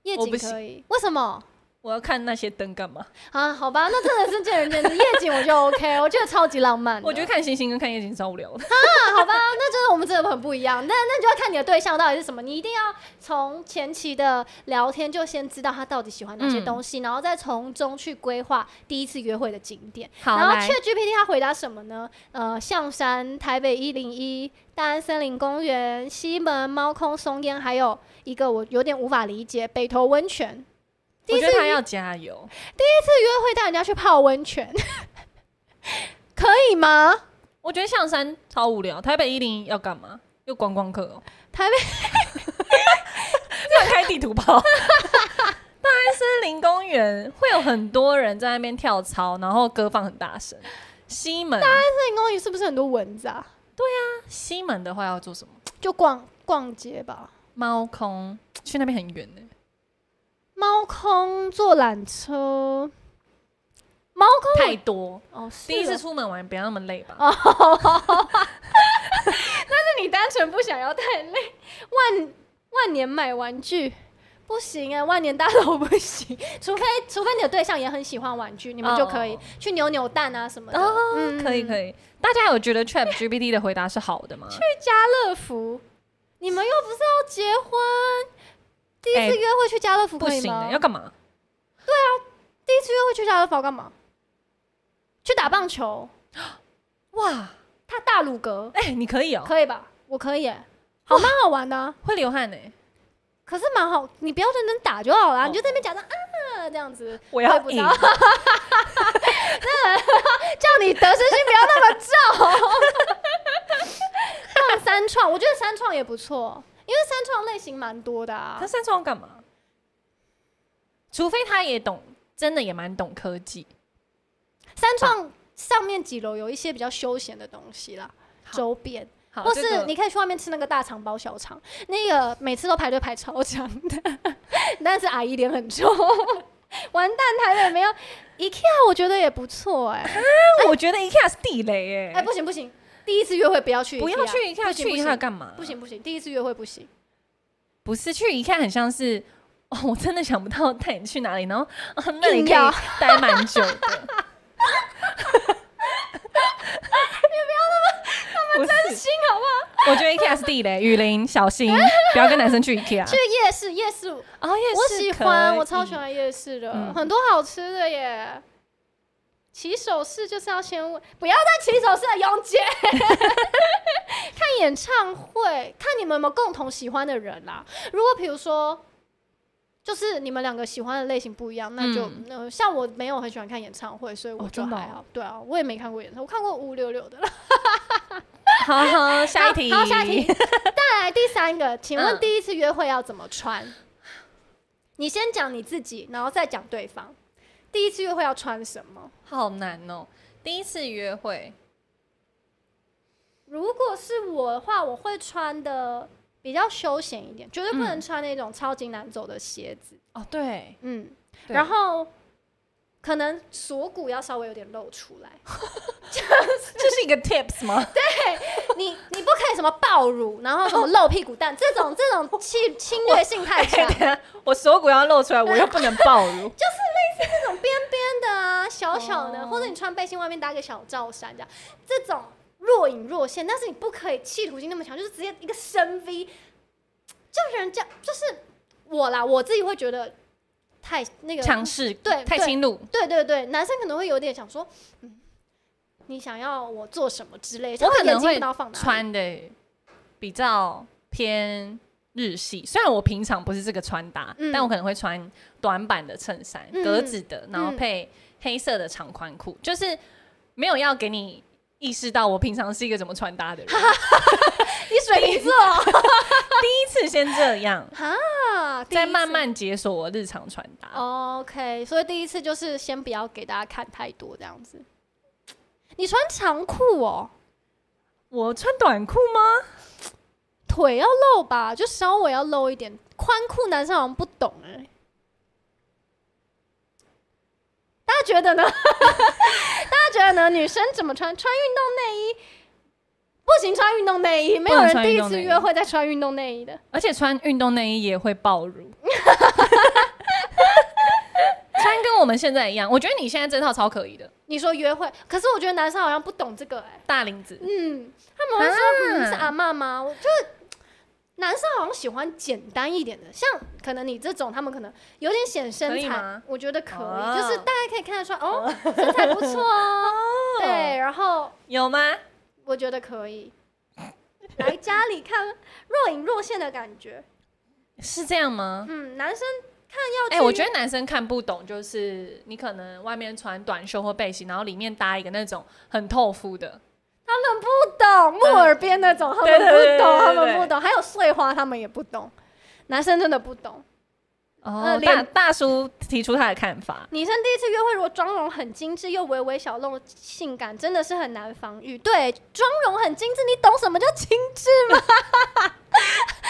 夜我景不行可以，为什么？我要看那些灯干嘛？啊，好吧，那真的是见仁见智。夜景我就 OK，我觉得 超级浪漫的。我觉得看星星跟看夜景超无聊的。啊，好吧，那真的我们真的很不一样。那那就要看你的对象到底是什么，你一定要从前期的聊天就先知道他到底喜欢哪些嗯东西，然后再从中去规划第一次约会的景点。 好然后来 ChatGPT 它回答什么呢？呃，象山、台北一零一、大安森林公园、西门、猫空、松烟，还有一个我有点无法理解，北投温泉。第我一觉次得约他要加油，约会带人家去泡温泉， 可以吗？我觉得象山超无聊，台北一零要干嘛？又观光客哦、台北 乱开地图炮。大安森林公园会有很多人在那边跳操，然后歌放很大声。西门，森林公园是不是很多蚊子啊？西门的话要做什么？就逛逛街吧，猫空去那边很远欸呢、猫空坐缆车，猫太多。空哦，是第一次哦出门玩，不要那么累吧。你单纯不想要太累。 万万年买玩具不行哎、万年大楼不行， 除非除非你的对象也很喜欢玩具，你们就可以哦去扭扭蛋啊什么的。哦嗯可以可以。以，大家有觉得 Chat GPT 的回答是好 的吗？乐福，你们又不是要结婚，第一哎次约会去家乐福不可以行欸吗？的，要干嘛？第一次约会去家乐福要干嘛？去打棒球，哇，他大鲁格哎、你可以哦、可以吧？我可以、欸，好蛮好玩的啊、会流汗呢、欸可是蛮好，你不要认真打就好啦，哦你就在那边假装啊这样子，我要要赢 赢，叫你得失心不要那么重。放三创，我觉得三创也不错，因为三创类型蛮多的啊他。三创干嘛？除非他也懂，真的也蛮懂科技。三创上面几楼有一些比较休闲的东西啦，好周边，好，或这是个你可以去外面吃那个大肠包小肠，那个每次都排队排超长的， 但是阿姨脸很臭。 完蛋，台北没有 IKEA，我觉得也不错哎、但我觉得 IKEA 是地雷哎、哎、不行不行，第一次约会不要去 IKEA，不要去 IKEA，不行去不行 IKEA 干嘛？不，行不行，第一次约会不行。不是去 IKEA 很像是。哦， 我真的想不到带你去哪里，然后、 啊那里硬可要以待蛮 久的。你不要那么那么真心好不好？我觉得 IKEA 是地雷，雨林小心，不要跟男 生去 IKEA。去夜市，夜市哦，也我是喜可欢，我超以喜欢夜市的，嗯很多好吃的耶。起手式就是要先问，不要再起手式了，永 姐。看演唱会，看你们有没有共同喜欢的人啦。如果比如说，就是你们两个喜欢的类型不一样，那就、嗯那像我没有很喜欢看演唱会，所以我哦就真的还哦好。对啊，我也没看过演唱会，我看过五六六的啦。好好，下一好题。好，下一题。。再来第三个，请问嗯第一次约会要怎么穿？你先讲你自己，然后再讲对方。第一次约会要穿什么？好难哦、第一次约会，如果是我的话，我会穿的比较休闲一点，绝对不嗯能穿那种超级难走的鞋子。哦，对，嗯，对然后可能锁骨要稍微有点露出来。 这是一个 tips 吗？你你不可以什么爆乳，然后什么露屁股蛋，这种这种侵侵略性太强。等下我锁骨要露出来，我又不能暴 露。真的啊，小小的，哦或者你穿背心外面搭个小罩衫这样，这种若隐若现，但是你不可以企图心那么强，就是直接一个深 V，叫人家就是我啦，我自己会觉得太那个强势，对太对侵入。对对对，男生可能会有点想说，嗯，你想要我做什么之类，我可能他眼睛不会知道放哪里，穿的比较偏日系，虽然我平常不是这个穿搭，嗯但我可能会穿短版的衬衫，嗯格子的，然后嗯配黑色的长宽裤，就是没有要给你意识到我平常是一个怎么穿搭 的人。你水瓶 座第一次先这样，啊，第一再次慢。慢解锁我日常穿搭。 OK，所以第一次就是先不要给大家看太多这样子。你穿长裤哦，我穿短裤吗？腿要露吧，就稍微要露一点。宽裤男生好像不懂哎、大家觉得呢？ 大家觉得呢？女生怎么穿？穿运动内衣不行，穿运动内衣，没有不能人穿第运一动内衣次约会再穿运动内衣的。而且穿运动内衣也会暴 乳。穿跟我们现在一样，我觉得你现在这套超可以的，你说约会，可是我觉得男生好像不懂这个哎、大领子。嗯，他们会说、啊嗯、是阿嬷吗？我就是男生好像喜欢简单一点的，像可能你这种，他们可能有点显身可以材吗，我觉得可以，哦就是大家可以看得出来，哦，身材不错 哦。对，，然后有吗？我觉得可以。来家里看若隐若现的感觉，是这样吗？嗯，男生哎、看要我觉得得男生看不懂，就是你可能外面穿短袖或背心，然后里面搭一个那种很透肤的，他们不懂木耳边那种，他们对对对不懂，对对他对们不懂，还有碎花他们也不懂，男生真的不懂。哦呃，大脸大叔提出他的看法，女生第一次约会，如果妆容很精致又微微小露性感，真的是很难防御。对，妆容很精致，你懂什么叫精致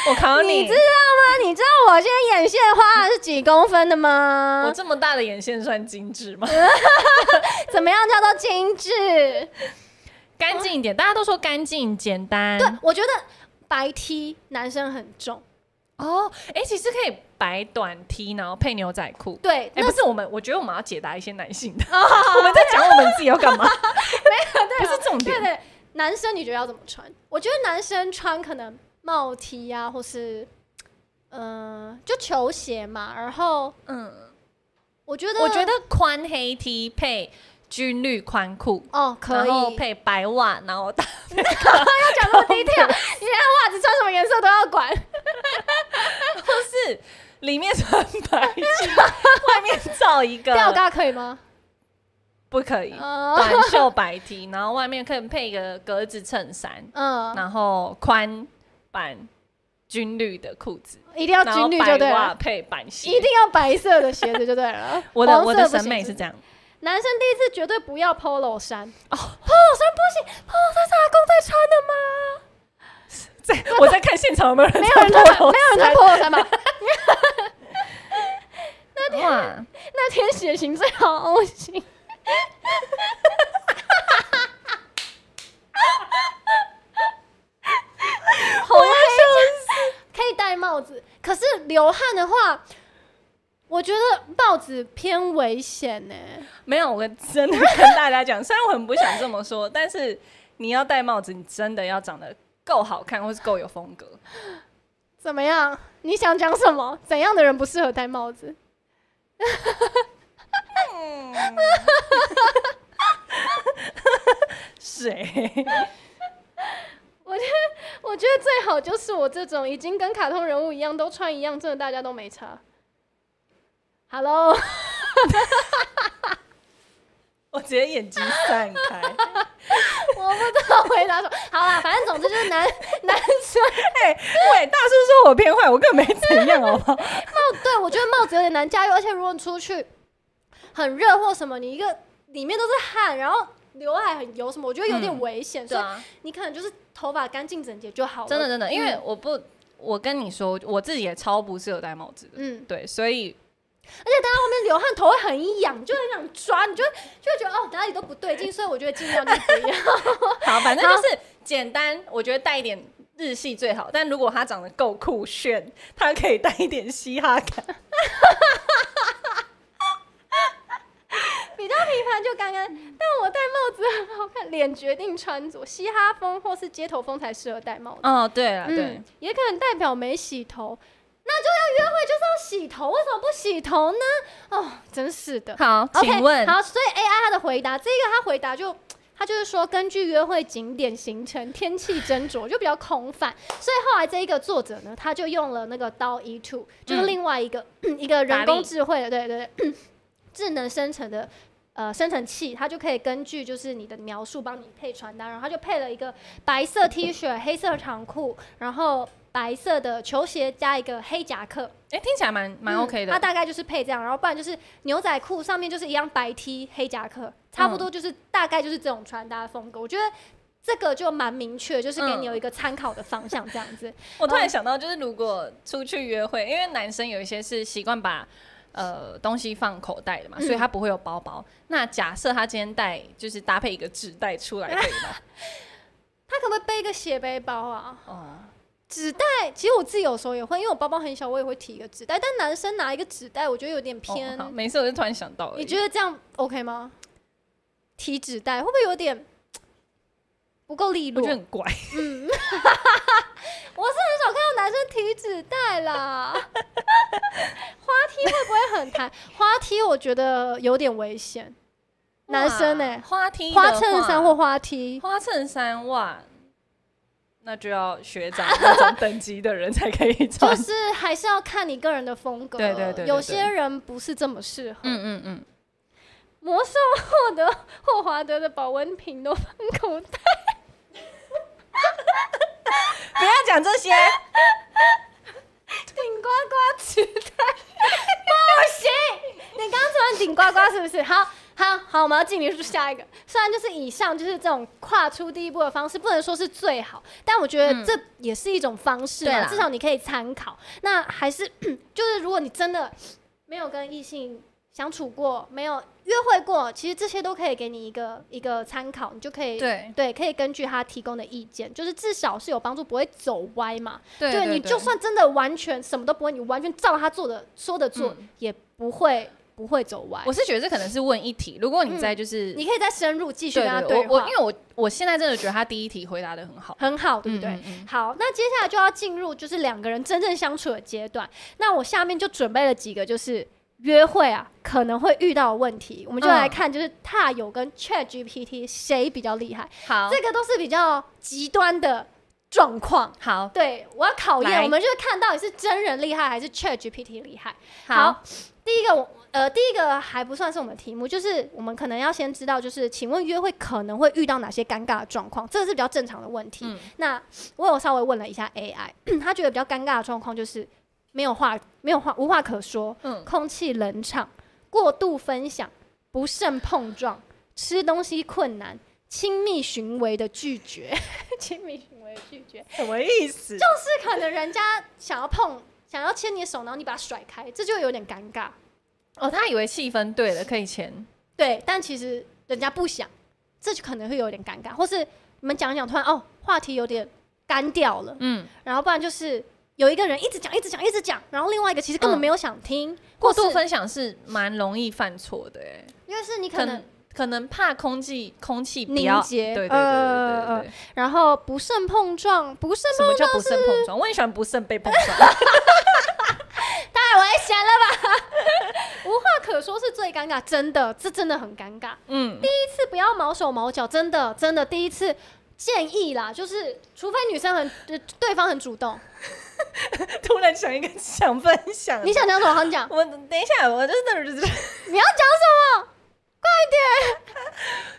我考你哦你知，吗？你知道我现在眼线画的是几公分的我吗？这么大的眼线算精致 吗？怎么样叫做精致？干净一点，大家都说干净简单。对，我觉得白 T 男生很重，哦，哎、其实可以白短 T，然后配牛仔裤。对，哎、不是我们，我觉得我们要解答一些男性 的，我们在讲我们自己要 干嘛，对不是重对点。对，男生你觉得要怎么穿？我觉得男生穿可能帽 T 啊，或是嗯、呃就球鞋嘛。然后嗯，我觉得，我觉得宽黑 T 配军绿宽裤，哦，可然后以，配白袜，然后大要讲那么低 调，你连袜子穿什么颜色都要管。就是里面穿白 T，外面罩一个吊嘎可以吗？不可以，哦，短袖白 T，然后外面可以配一个格子衬衫， 嗯，然后宽版军绿的裤子，一定要然后军绿就对白了袜。配板鞋。一定要白色的鞋子就对了 。我的黄色我的不行审美是这。样，男生第一次绝对不要 polo 衫哦哦，polo 衫不行，polo 衫是阿公在穿的吗？在我在看现场有没有人没有人在穿，破头没有人穿 polo 衫吧？哇，那天血型最好 O 型。红黑可以戴帽子，可是流汗的话，我觉得帽子偏危险欸呢、没有，我真的跟大家讲，虽然我很不想这么说，但是你要戴帽子，你真的要长得够好看，或是够有风格。怎么样？你想讲什么？怎样的人不适合戴帽子？谁？我觉得最好就是我这种已经跟卡通人物一样都穿一样，真的大家都没差。Hello，我直接眼睛散开。我不知道回答什么。好啦，反正总之就是男 男生哎、喂，大叔说我偏坏，我根本没怎样，好不好？帽，对我觉得帽子有点难驾驭，而且如果你出去很热或什么，你一个里面都是汗，然后刘海很油什么，我觉得有点嗯危险，所以啊，你可能就是头发干净整洁就好了。真的，真的，因为嗯我不，我跟你说，我自己也超不适合戴帽子的。嗯，对，所以后面流汗头会很痒，你就很想抓，你就会就会觉得哦哪里都不对劲，所以我觉得尽量就不 要。好，反正就是简单，我觉得带一点日系最好。但如果他长得够酷炫，他可以带一点嘻哈感。比较平凡就刚刚，但我戴帽子很好看，脸决定穿着，嘻哈风或是街头风才适合戴帽子。哦，对了，对。嗯，也可能代表没洗头，那就要约会就是要洗头，为什么不洗头呢？哦，真是的。好， OK，请问好，所以 AI 他的回答，这个他回答就。他就是说，根据约会景点、行程、天气斟酌，就比较空泛。所以后来这一个作者呢，他就用了那个刀 E two，就是嗯另外一个、 一个打人力工智慧的，对对对， 智能生成的呃生成器，它就可以根据就是你的描述帮你配穿搭，然后它就配了一个白色 T 恤、黑色长裤，然后白色的球鞋加一个黑夹克，哎、听起来蛮蛮嗯 OK 的。它大概就是配这样，然后不然就是牛仔裤上面就是一样白 T 黑夹克，差不多就是、大概就是这种穿搭风格。我觉得这个就蛮明确，就是给你有一个参考的方向这样子。我突然想到，就是如果出去约会，因为男生有一些是习惯把呃东西放口袋的嘛，嗯所以他不会有包包。那假设他今天带就是搭配一个纸袋出来可以吗？ 他可不可以背一个斜背包啊？哦，纸袋，其实我自己有时候也会，因为我包包很小，我也会提一个纸袋。但男生拿一个纸袋，我觉得有点偏。哦好没事，我就突然想到而已，你觉得这样 OK 吗？提纸袋会不会有点嘖不够利我落觉？得很怪。嗯，我是很少看到男生提纸袋啦。 花梯会不会很弹？花梯我觉得有点危险。男生呢、哇花 T 的花衬衫话或花梯，花衬衫袜，那就要学长那种等级的人才可以 穿 就。是还是要看你个人的风格。对对对对对有些人不是这么适合。嗯嗯嗯，魔兽获得霍华德的保温瓶都放口袋，不要讲这些。顶呱呱纸袋，道是不是？好好好，我们要进入下一个。虽然就是以上就是这种跨出第一步的方式，不能说是最好，但我觉得嗯这也是一种方式对嘛，啦至少你可以参考。那还是嗯就是，如果你真的没有跟异性相处过，没有约会过，其实这些都可以给你一个一个参考，你就可以对对，可以根据他提供的意见，就是至少是有帮助，不会走歪嘛。对对你就算真的完全什么都不会，你完全照他做的说的做，嗯也不会不会走歪我。是觉得这可能是问一题，如果你在就是、嗯你可以再深入继续对跟他对我我话因，为我我现在真的觉得他第一题回答的很好，很好，对不对？嗯嗯嗯好，那接下来就要进入就是两个人真正相处的阶段。那我下面就准备了几个就是约会啊可能会遇到的问题，我们就嗯来看就是踏友跟 Chat GPT 谁比较厉害，好这个都是比较极端的状况。好对，我要考验，来我们就是看到底是真人厉害还是 Chat GPT 厉害。好，第一个我呃，第一个还不算是我们的题目，就是我们可能要先知道，就是请问约会可能会遇到哪些尴尬的状况，这个是比较正常的问题。嗯那我有稍微问了一下 AI，他觉 得比较尴尬的状况就是没有话、没有话、无话可说，嗯空气冷场、过度分享、不慎碰撞、吃东西困难、亲密行为的拒绝、 亲密行为的拒绝，什么意思？就就是可能人家想要碰、想要牵你的手，然后你把他甩开，这就有点尴尬。哦，他以为气氛对了可以签，对，但其实人家不想，这就可能会有点尴尬，或是你们讲一讲，突然哦，话题有点干掉了，嗯，然后不然就是有一个人一直讲，一直讲，一直讲，然后另外一个其实根本嗯没有想听，过或是度，分享是蛮容易犯错的哎，因为是你可可能能，可能怕空气空气比凝较结对对对呃对对对对，然后不慎碰撞，不慎什碰么叫不慎碰撞？我很喜欢不慎被碰撞， 太危险了吧， 无话可说是最尴尬，真的，这真的很尴尬。嗯，是不要毛手毛脚，真的真的第一次建议啦，就是除非女生很呃对方很主动，突然想一个想分享你想讲什么好你讲，我等一下，我就是你要讲什么？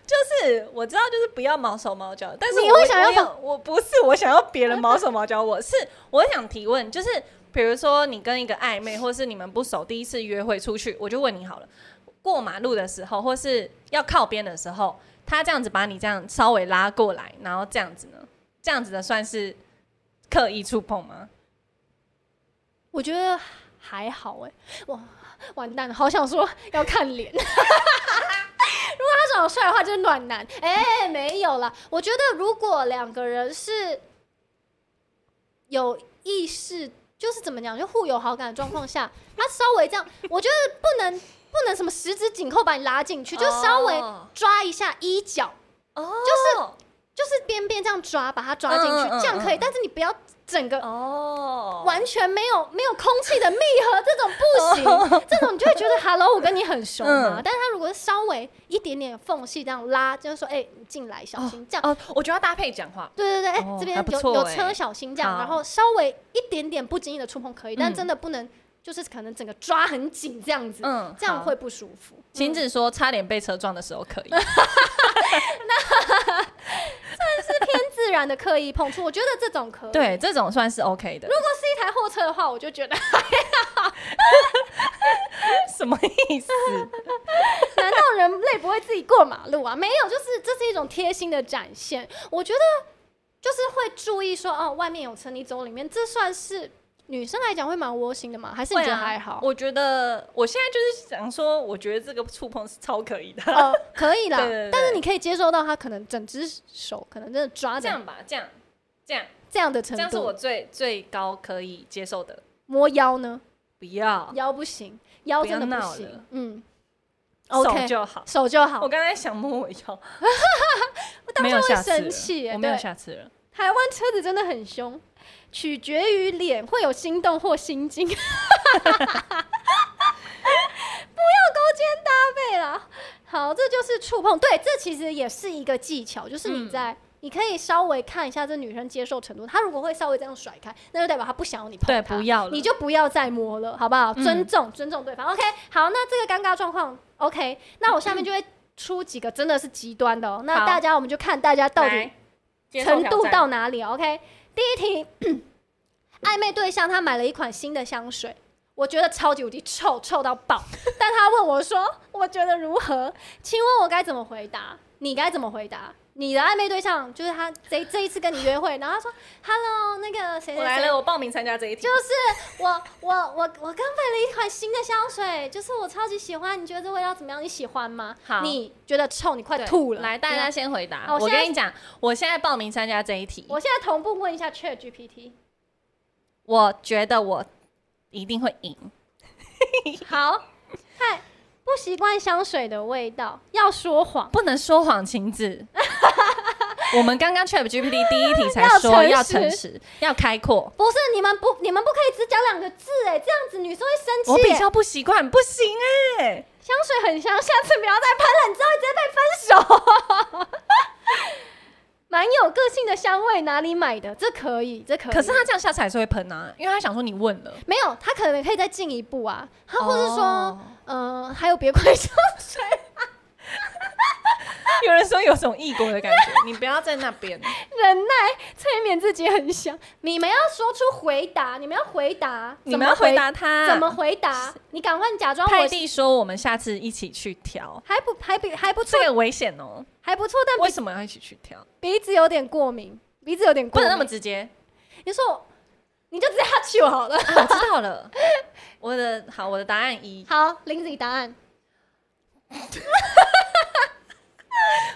就是我知道，就是不要毛手毛脚，但是你我会想要我有我不是我想要别人毛手毛脚，我是我想提问，就是比如说你跟一个暧昧，或是你们不熟，第一次约会出去，我就问你好了，过马路的时候，或是要靠边的时候，他这样子把你这样稍微拉过来，然后这样子呢，这样子的算是刻意触碰吗？我觉得还好哎、哇，完蛋了，好想说要看脸。如 果他长得帅的话，就是暖男。哎、没有啦，我觉得如果两个人是有意识，就是怎么讲，就互有好感的状况下，他稍微这样，我觉得不能不能什么十指紧扣把你拉进去，就稍微哦，抓一下衣角，就是就是边边这样抓，把它抓进去，嗯嗯嗯这样可以。嗯但是你不要整个哦，完全没有没有空气的密合，这种不 行，这种你就会觉得，Hello，我跟你很熟嘛。嗯但是他如果稍微一点点缝隙这样拉，就是说，哎、你进来，小心、这样。哦，我觉得要搭配讲话，对对对，哎、哦这边还不有、错有哎车，小心这样，好然后稍微一点点不经意的触碰可以，但嗯真的不能就是可能整个抓很紧这样子，嗯这样好会不舒服。晴子说，差点被车撞的时候可以。嗯很自然的刻意碰触，我觉得这种可以。对，这种算是 OK 的。如果是一台货车的话，我就觉得什么意 思？难道人类不会自己过马路啊？没有，就是这是一种贴心的展现。我觉得就是会注意说，哦，外面有车，你走里面，这算是女生来讲会蛮窝心的吗？还是你觉得还好？啊我觉得我现在就是想说，我觉得这个触碰是超可以的。呃，可以啦， 对对对但是你可以接受到他可能整只手可能真的抓着这样吧，这样，这样，这样的程这度，样是我最最高可以接受的。摸腰呢，不要腰不行，腰真的不哦不要闹行了，嗯手，OK，就好。手就好我，刚才想摸我 腰，当没有下会下次生了气耶我没有对下次了。台湾车子真的很凶，取决于脸会有心动或心惊。 不要勾肩搭背啦。好，这就是触碰。对，这其实也是一个技巧，就是你嗯在、你可以稍微看一下这女生接受程度，她如果会稍微这样甩开，那就代表她不想要你碰对，她不要了。你就不要再摸了，好不好？嗯尊重、尊重对方。OK，好，那这个尴尬状况 OK，那我下面就会出几个真的是极端的哦。那好大家我们就看大家到底来接受程挑度战到哪里？OK，第一题，暧昧对象他买了一款新的香水，我觉得超级无敌臭，臭到爆。但他问我说，我觉得如何？请问我该怎么回答？你该怎么回答？你的暧昧对象就是他这这一次跟你约会，然后他说，Hello，那个谁谁谁，我来了，我报名参加这一题就。是我我我我刚买了一款新的香水，就是我超级喜欢，你觉得这味道怎么样？你喜欢吗？好你觉得臭，你快对吐了。来，大家先回答。好我我现在跟你讲，我现在报名参加这一题，我现在同步问一下 Chat GPT。我觉得我一定会赢。 好，嗨，不习惯香水的味道，要说谎，不能说谎，晴子。我们刚刚 Chat GPT 第一题才要说诚要实诚实，要开阔。不是你们不你们不可以只讲两个字哎，这样子女生会生我气比耶。较不习惯，不行哎、香水很香，下次不要再喷了，你知道你直接被分手。 蛮有个性的香味，哪里买的？这可以，这可以。可是他这样下次还是会喷啊，因为他想说你问了，没有，他可能可以再进一步啊，他或是说 哦，嗯、还有别款香水， 有人说有种异国的感觉，你不要在那边。忍耐催眠自己很香。你们要说出回答， 你们要回答，你们要怎么回答他怎么回答？你赶快假装泰我蒂说我们下次一起去挑，还不还比还不错这，个危险哦。还不错，但为鼻什么要一起去挑？鼻子有点过敏，鼻子有点不过敏。能那么直接。你说我，你就直接他去好了。 啊、我知道了，我的好，我的答案一，好，林子怡答案，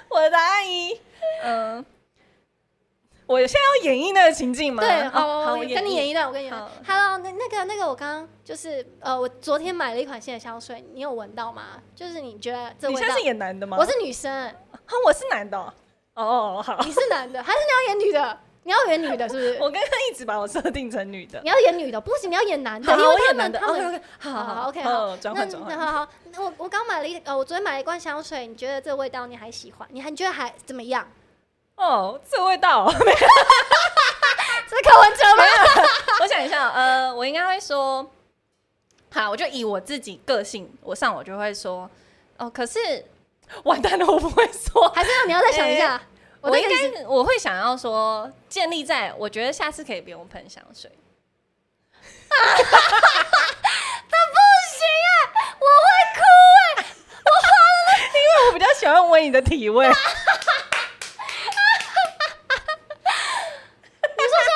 我的答案一，嗯、我现在要演绎那个情境吗？对，哦好，好，我我跟你绎演一段，我跟你演一段好。 Hello，那那个那个，我刚刚就是呃，我昨天买了一款新的香水，你有闻到吗？就是你觉得这你味现道在是？演男的吗？我是女生，啊，我是男的哦。哦，哦好，你是男的，还是你要演女的？你要演女的，是不是？ 我刚刚一直把我设定成女的。你要演女的，不行，你要演男的，因好为我他演们男的。哦他们 OK，好好好好，OK，好，好，转那换转那换。好好，那我我刚买了一呃，我昨天买了一罐香水，你觉得这个味道你还喜欢？你还你觉得还怎么样？哦，这味道，这是柯文哲吗？ 我想一下，呃，我应该会说，好，我就以我自己个性，我上我就会说，哦，可是 完蛋了，我不会说，还是让你要再想一下？我 哎我这应个意思该我会想要说，建立在我觉得下次可以不用喷香 水。啊啊我比较喜欢闻你的体 味，你说下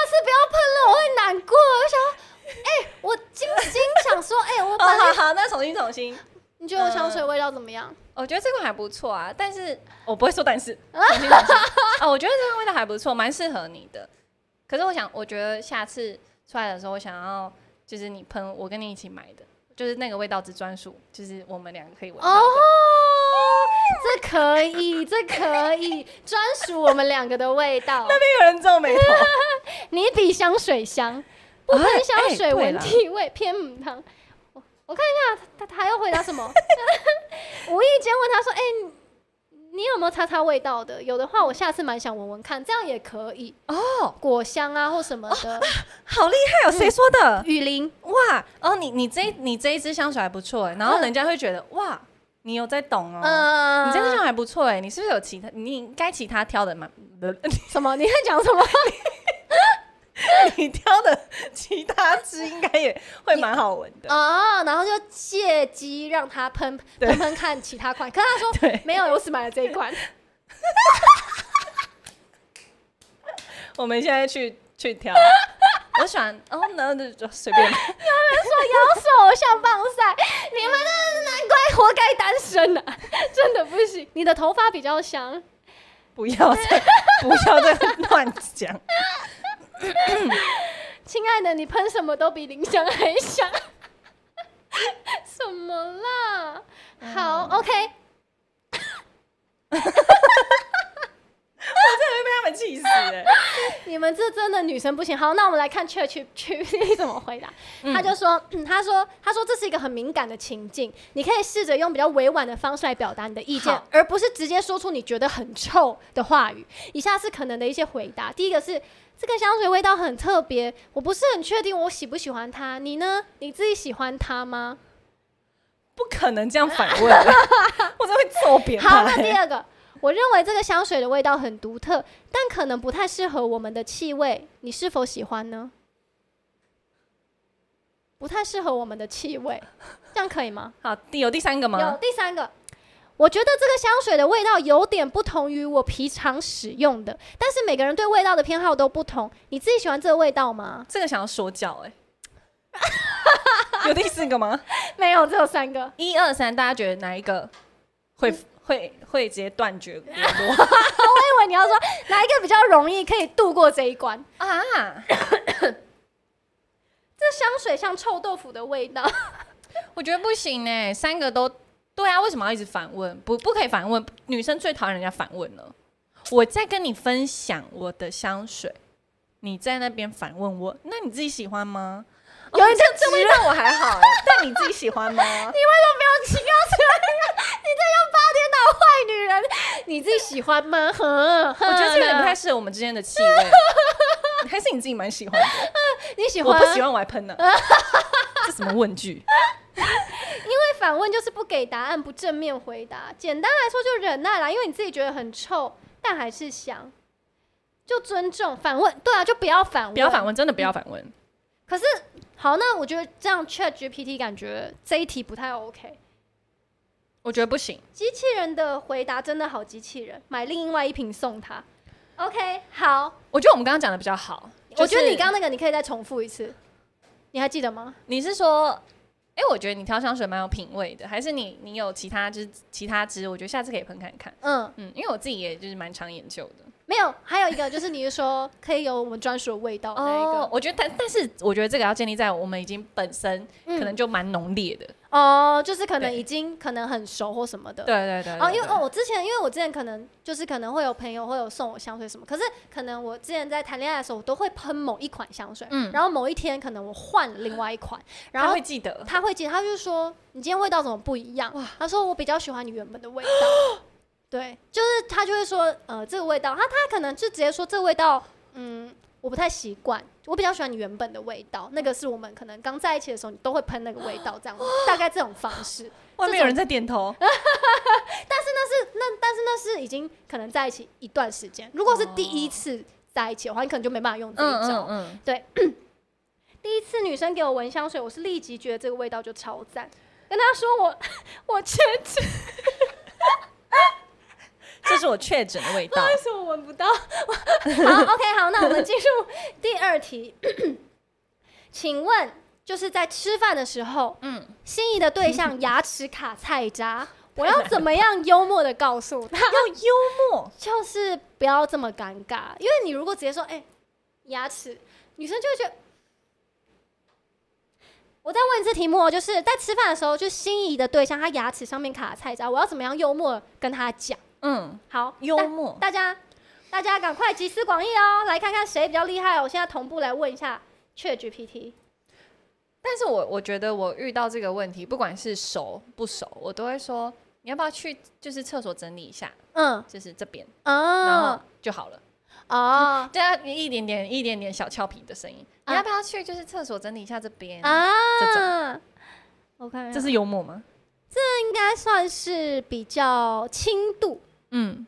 次不要喷了，我会难过。我想说，哎、我精心想说，哎、我哦，本好嗯来好，那重新重新，你觉得我香水味道怎么样？我觉得这个还不错啊，但是我不会说但 是，重新重新啊，我觉得这个味道还不错，蛮适合你的。可是我想，我觉得下次出来的时候，我想要就是你喷，我跟你一起买的，就是那个味道只专属，就是我们两个可以闻到的。哦，这可以，这可以，专属我们两个的味道。那有人皱 眉头，你比香水香，不喷哎香水哎对闻啦体味，偏母汤。我我看一下他他要回答什 么，无意间问他说：“哎、你你有没有擦擦味道的？有的话，我下次蛮想闻闻看，这样也可以哦，果香啊或什么的。好厉害哦！谁说的？雨林，哇，哦，你你这你这一支香水还不错哎，然后人家会觉得哇，你有在懂哦。嗯，你这支香水还不错哎，你是不是有其他？你应该其他挑的蛮，什 么？你在讲什么？你挑的其他支应该也会蛮好闻的。哦，然后就借机让他喷对喷喷看其他款，可是他说对，没有，我只买了这一款。我们现在去去 挑。我喜欢，哦，那就就随便。摇手像棒赛，你们真的是难怪活该单身啊！ 真的不行，你的头发比较香。不要再不要再乱 讲。亲爱的，你喷什么都比林香还香。 什么啦？好、o k 会被他们气死哎、你们这真的女生不行。好，那我们来看 Chat G P T 怎么回答。他就说，嗯他说，他说这是一个很敏感的情境，你可以试着用比较委婉的方式来表达你的意见好，而不是直接说出你觉得很臭的话语。以下是可能的一些回答：第一个是这个香水味道很特别，我不是很确定我喜不喜欢它。你呢？你自己喜欢它吗？不可能这样反问， 我真的会揍扁好，那他、第欸。二个，我认为这个香水的味道很独特，但可能不太适合我们的气味，你是否喜欢呢？不太适合我们的气味，这样可以吗？好，第有第三个有吗？第三个，我觉得这个香水的味道有点不同于我平常使用的，但是每个人对味道的偏好都不同。你自己喜欢这个味道吗？这个想要说教 哎、有第四个吗？ 没有，只有三个。一二三，大家觉得哪一个会会会直接断绝联络因为你要说哪一个比较容易可以度过这一关？ 啊？这香水像臭豆腐的味道，我觉得不行哎、三个都对啊，为什么要一直反问？不，不可以反问，女生最讨厌人家反问了。我在跟你分享我的香水，你在那边反问我，那你自己喜欢吗？哦有人这这味道我还好、 欸，但你自己喜欢吗？你要这样，你这样八点档坏女人，你自己喜欢吗？哼，我我觉得这有点不太适合我们之间的气味， 还是你自己蛮喜欢的。你喜我欢，不喜欢我还喷 呢，这什么问句？被反问就是不给答案，不正面回答。简单来说就忍耐啦，因为你自己觉得很臭，但还是香，就尊重反问。对啊，就不要反问，不要反。问，真的不要反问。可是好，那我觉得这样 Chat GPT 感觉这一题不太 OK。我觉得不行，机器人的回答真的好机器人，买另外一瓶送他。OK，好，我觉得我们刚刚讲的比较好。我觉得你刚。刚刚那个你可以再重复一次，你还记得吗？你是说，哎、我觉得你挑香水蛮有品味的，还是你你有其他就是其他支？我觉得下次可以喷看看。嗯，嗯，因为我自己也就是蛮常研究的。没有，还有一个就是你是说可以有我们专属的味道那一哦个，，我觉得但但是我觉得这个要建立在我们已经本身可能就蛮浓烈的。哦，就是可能嗯对已经可能很熟或什么的。对对对哦，因为哦，哦，我之前因为我之前可能就是可能会有朋友会有送我香水什嗯么，可是可能我之前在谈恋爱的时候，我都会喷某一款香水，嗯然后某一天可能我换了另外一款，然他后会记得。他会接，他就说你今天味道怎么不一样？他说我比较喜欢你原本的味道。 对，就是他就会说，呃，这个味道，他他可能就直接说这个味道，嗯，我不太习惯，我比较喜欢你原本的味道，那个是我们可能刚在一起的时候，你都会喷那个味道， 这样子，大概这种方式。外面有人在点头。那但是那是已经可能在一起一段时间，如果是第一哦次在一起的话，你可能就没办法用这嗯一招。嗯嗯，第一次女生给我闻香水，我是立即觉得这个味道就超赞，跟她说我 我确这是我确诊的味道。为什么闻不到？ 好，OK，好，那我们进入第二题。 请问，就是在吃饭的时候，嗯，心仪的对象牙齿卡菜 渣，我要怎么样幽默的告诉他？ 要幽默。就是不要这么尴尬，因为你如果直接说，哎、牙齿，女生就会觉得。我再问一次题目哦，就是在吃饭的时候，就心仪的对象，他牙齿上面卡菜渣，我要怎么样幽默地跟他讲？嗯，好，幽大默。大家，大家赶快集思广益哦，来看看谁比较厉害哦。我现在同步来问一下 ChatGPT。但是我我觉得我遇到这个问题，不管是熟不熟，我都会说你要不要去就是厕所整理一下，嗯，就是这边，然后哦，就好了。哦，对啊，一点点一点点小俏皮的声音。啊你要不要去就是厕所整理一下这边？啊，我看这这是幽默吗？应该算是比较轻度。嗯，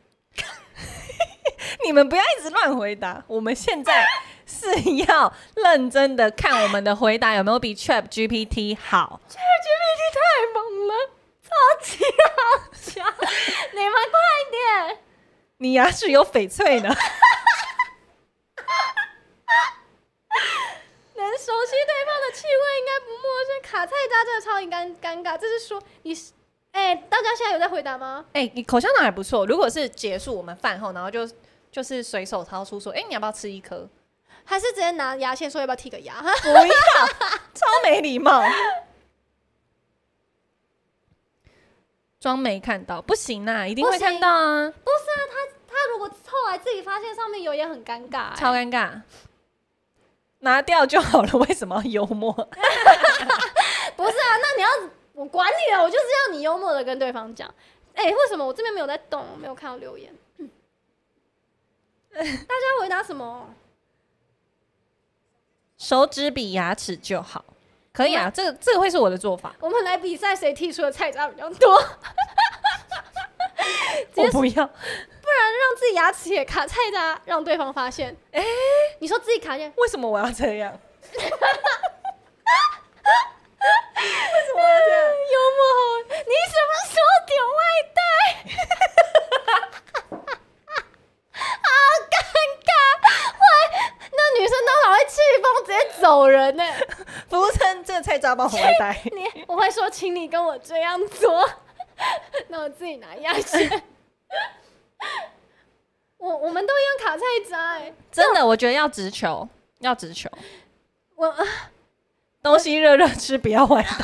你们不要一直乱回答，我们现在是要认真的看我们的回答有没有比 Chat GPT 好。 ChatGPT 太猛了，超级好笑，你们快点！你牙齿有翡翠呢，能熟悉对方的气味应该不陌生。卡菜渣真的超级尴尴尬，这是说你是，哎、大家现在有在回答吗？ 哎、你口香糖还不错。如果是结束我们饭后，然后就就是随手掏出说，哎、你要不要吃一颗？还是直接拿牙线说要不要剔个牙？不要，超没礼貌，装没看到，不行啊，一定会看到啊，不是啊，他他如果后来自己发现上面有，也很尴尬、欸。超尴尬。拿掉就好了，为什么要幽默？不是啊，那你要我管你啊了，我就是要你幽默的跟对方讲。哎、为什么我这边没有在动？我没有看到留言。 大家回答什么？手指比牙齿就好，可以啊，这个这个会是我的做法。我们来比赛，谁剔出的菜渣比较多，接我不要，让自己牙齿也卡菜渣，让对方发现。 哎、你说自己卡见，为什么我要这样？走人欸呢、服务生这个菜渣帮我来带。你我会说，请你跟我这样做， 那我自己拿牙签。 我我们都一样卡菜渣哎、真的，我觉得要直球，要直球，我东西热热吃，不要外带。快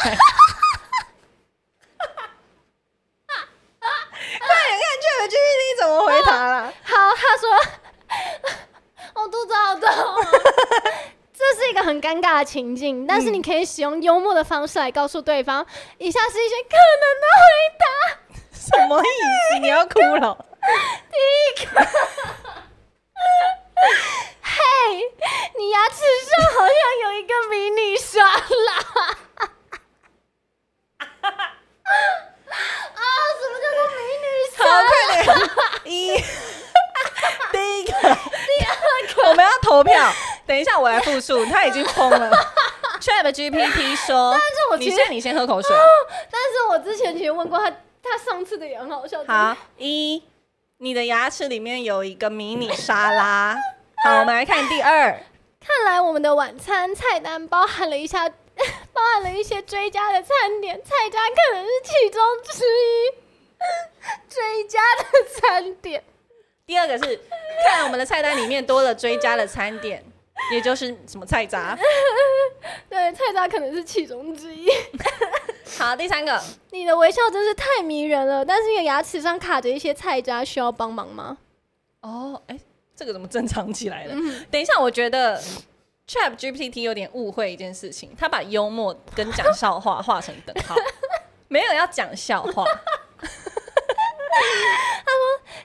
点，看这个 GPT 怎么回答啦？好，他说 我肚子好痛、哦， 这是一个很尴尬的情境，但是你可以使用幽默的方式来告诉对方，以下是一些可能的回答。什么意思？你要哭了？嘿，你牙齿上好像有一个迷你沙拉。啊，什么叫做迷你好，沙拉？快点！一，第一个，第二个，我们要投票。等一下，我来复述。他已经疯 了。Chat GPT 说，但是我其你实先，你先喝口水。但是我之前其实问过他，他上次的也很好笑。好，一，你的牙齿里面有一个迷你沙 拉。好，我们来看第二。看来我们的晚餐菜单包含了一下， 包含了一些追加的餐点，菜单可能是其中之一。 追加的餐点，第二个是，看来我们的菜单里面多了追加的餐点，也就是什么菜渣。对，菜单可能是其中之一。好，第三个，你的微笑真是太迷人了，但是你的牙齿上卡着一些菜渣，需要帮忙吗？哦，哎，这个怎么正常起来了？嗯等一下，我觉得 Chat GPT 有点误会一件事情，他把幽默跟讲笑话画成等 号，没有要讲笑话。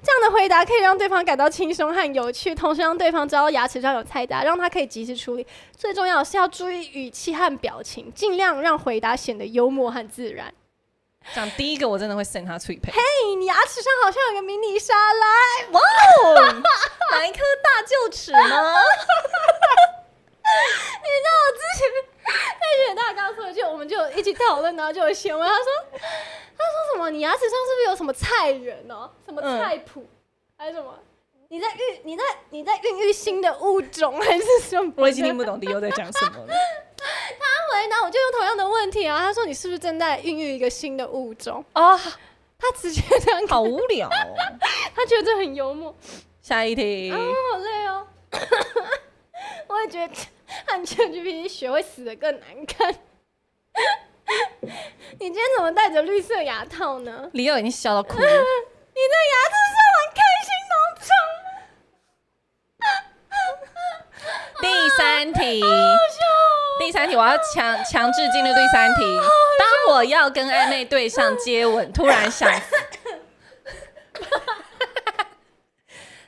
这样的回答可以让对方感到轻松和有趣，同时让对方知道牙齿上有菜渣，让他可以及时处理。最重要的是要注意语气和表情，尽量让回答显得幽默和自然。讲第一个，我真的会扇他脆皮。嘿，你牙齿上好像有个迷你沙拉，哇哦，哪一颗大臼齿呢？你知道我之前那些大刚出去，我们就有一起讨论，然后就有闲问，他说他说什么你牙齿上是不是有什么菜园哦，什么菜谱、还是什么？你在孕你在你在孕育新的物种还是什么？ 我已经听不懂 Leo 在讲什么了。他回答我就用同样的问题啊，他说你是不是正在孕育一个新的物种？哦，他直接这样 搞，好无聊、哦。他觉得这很幽默，下一题啊，，好累哦。我也觉得和 ChatGPT 学会死的更难看。 你今天怎么戴着绿色牙套呢？ 李友已经笑到哭了。你在牙齿上玩开心农场，第三题，哦第三题，我要强强制进入第三题。当我要跟暧昧对象接吻，突然想，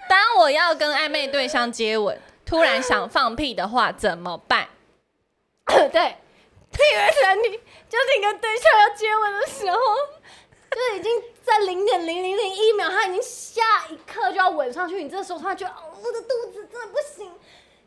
当我要跟暧昧对象接吻，突然想放屁的话怎么办？ 对，第二三题就是你跟对象要接吻的时候，就是已经在零点零零零一秒，他已经下一刻就要吻上去，你这时候突然觉得，哦，我的肚子真的不行，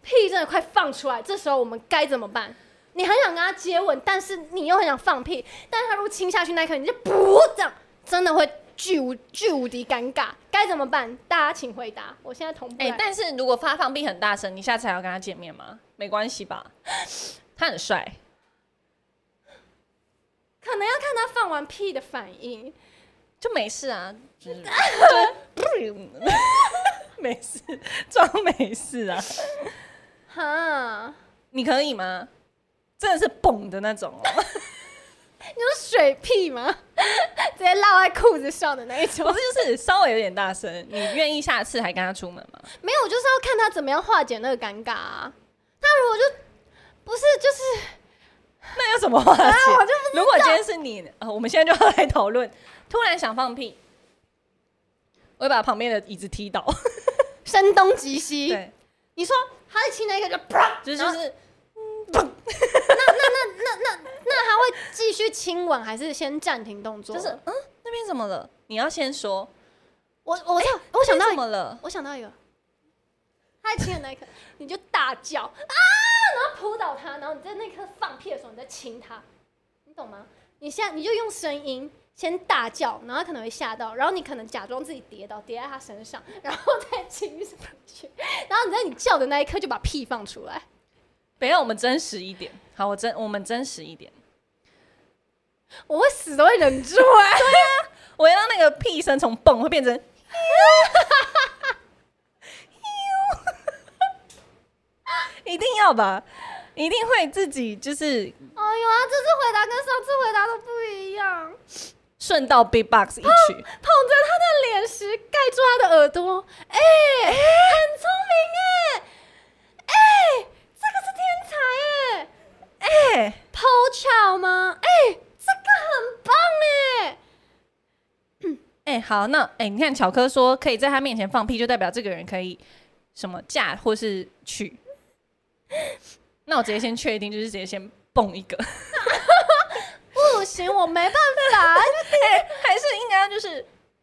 屁真的快放出来，这时候我们该怎么办？你很想跟他接吻，但是你又很想放屁，但是他如果亲下去那一刻，你就噗这样，真的会巨无巨无敌尴尬，该怎么办？大家请回答，我现在同步来。哎、但是如果发放屁很大声，你下次还要跟他见面吗？没关系吧，他很帅。可能要看他放完屁的反应。就没事啊，就是就是没事，装没事啊。哈，你可以吗？真的是蹦的那种哦，你说水屁吗？ 直接落在裤子上的那一 不种是？就是稍微有点大声。你愿意下次还跟他出门吗？没有，就是要看他怎么样化解那个尴尬啊。他如果就不是就是 那有什么话解？我就不知道如果今天是你呢，呃，我们现在就要来讨论。突然想放屁，我会把旁边的椅子踢倒。声东击西， 对，啊你说他在亲那一个就啪，就是然就后是那他会继续亲吻还是先暂停动作？就是，嗯，那边怎么了？你要先说。我我知道，哎我想到那边怎么了？我想到一个，他在亲的那一 刻，你就大叫啊，然后扑倒他，然后你在那一刻放屁的时候，你再亲他，你懂吗？你现在你就用声音先大叫，然后他可能会吓到，然后你可能假装自己跌倒，跌在他身上， 然后再亲上去，然后你在你叫的那一刻就把屁放出来。等一下我们真实一点。好，我真我们真实一点。我会死都会忍住哎、我要让那个屁声从蹦会变成 一定要吧，一定会自己就是哦哎呦啊，这次回答跟上次回答都不一样。顺道 b b o x 一曲。捧着他的脸时盖住他的耳朵，哎、很聪明哎、哎、这个是天才哎、哎、抛巧吗？哎、这个很棒哎、哎、好，那哎、你看巧科说可以在他面前放屁，就代表这个人可以什么嫁或是 娶。那我直接先确定，就是直接先蹦一个，不行，我没办法，哎还是应该就是？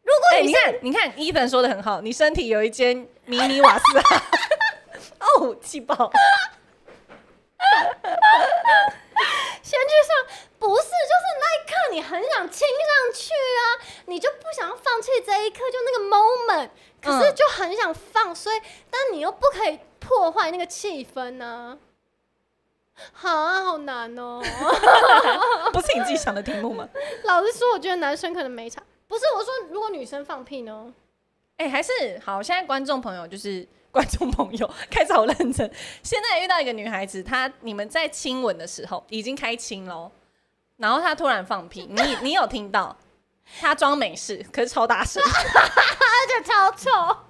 如果哎、你你是、看，你看，伊凡说的很好，你身体有一间迷你瓦斯啊， 哦，气爆！先去上，不是就是那一刻你很想亲上去啊，你就不想要放弃这一刻，就那个 moment，可是嗯就很想放，所以但你又不可以破坏那个气氛呢、啊，好难 哦。不是你自己想的题目吗？老实说，我觉得男生可能没差。不是我说，如果女生放屁呢？ 哎、还是好，现在观众朋友就是 观众朋友开始好认真。现在遇到一个女孩子，她你们在亲吻的时候已经开亲喽，然后她突然放屁，你你有听到？她装没事，可是超大声。而且超臭，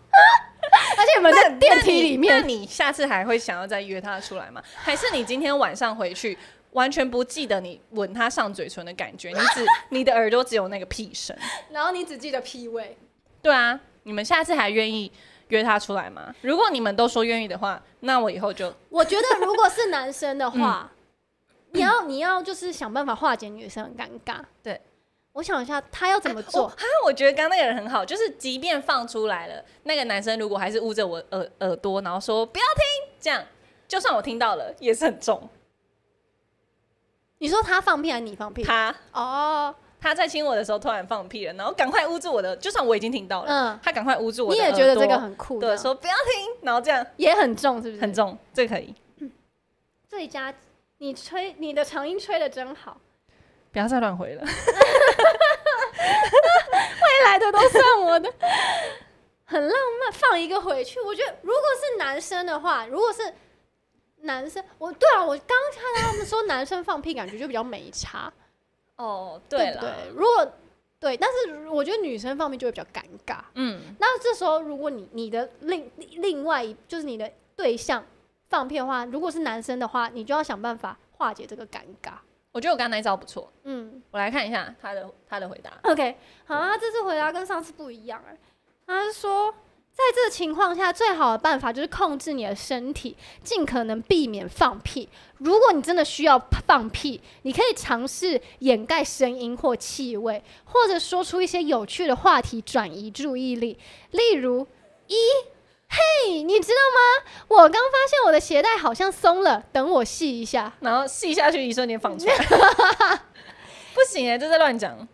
而且你们呃在电梯里面 那，你，那你下次还会想要再约她出来吗？还是你今天晚上回去完全不记得你吻她上嘴唇的感觉？你 只你的耳朵只有那个屁声。然后你只记得屁味。对啊，你们下次还愿意约她出来吗？如果你们都说愿意的话，那我以后就我觉得如果是男生的嗯话，你要你要就是想办法化解女生很尴尬。对，哎我想一下，他要怎么我做？哈，我觉得刚刚那个人很好，就是即便放出来了，那个男生如果还是捂着我耳耳朵，然后说不要听，这样就算我听到了也是很重。你说他放屁还是你放屁？他哦，他在亲我的时候突然放屁了，然后赶快捂住我的，就算我已经听到了，嗯，他赶快捂住我你的耳也朵。觉得这个很酷对，的，说不要听，然后这样也很重，是不是？很。重，这个可以，最佳，你吹你的长音吹的真好，不要再乱回了。未来的都算我的， 很浪漫。放一个回去，我觉得如果是男生的话，如果是男生，我对啊，我刚看到他们说男生放屁，感觉就比较没差，哦，对了，不对？如果对，但是我觉得女生放屁就会比较尴尬。嗯，那这时候，如果你你的另另外一就是你的对象放屁的话，如果是男生的话，你就要想办法化解这个尴尬。我觉得我刚刚那一招不错，嗯我来看一下他的他的回答。 ，OK，好，他这次回答跟上次不一样哎、他是说，在这个情况下，最好的办法就是控制你的身体，尽可能避免放屁。如果你真的需要放屁，你可以尝试掩盖声音或气味，或者说出一些有趣的话题转移注意力，例如一。嘿，你知道吗？我刚发现我的鞋带好像松了，等我系一下。然后细下去一瞬间 放出来，不行哎、这在乱讲。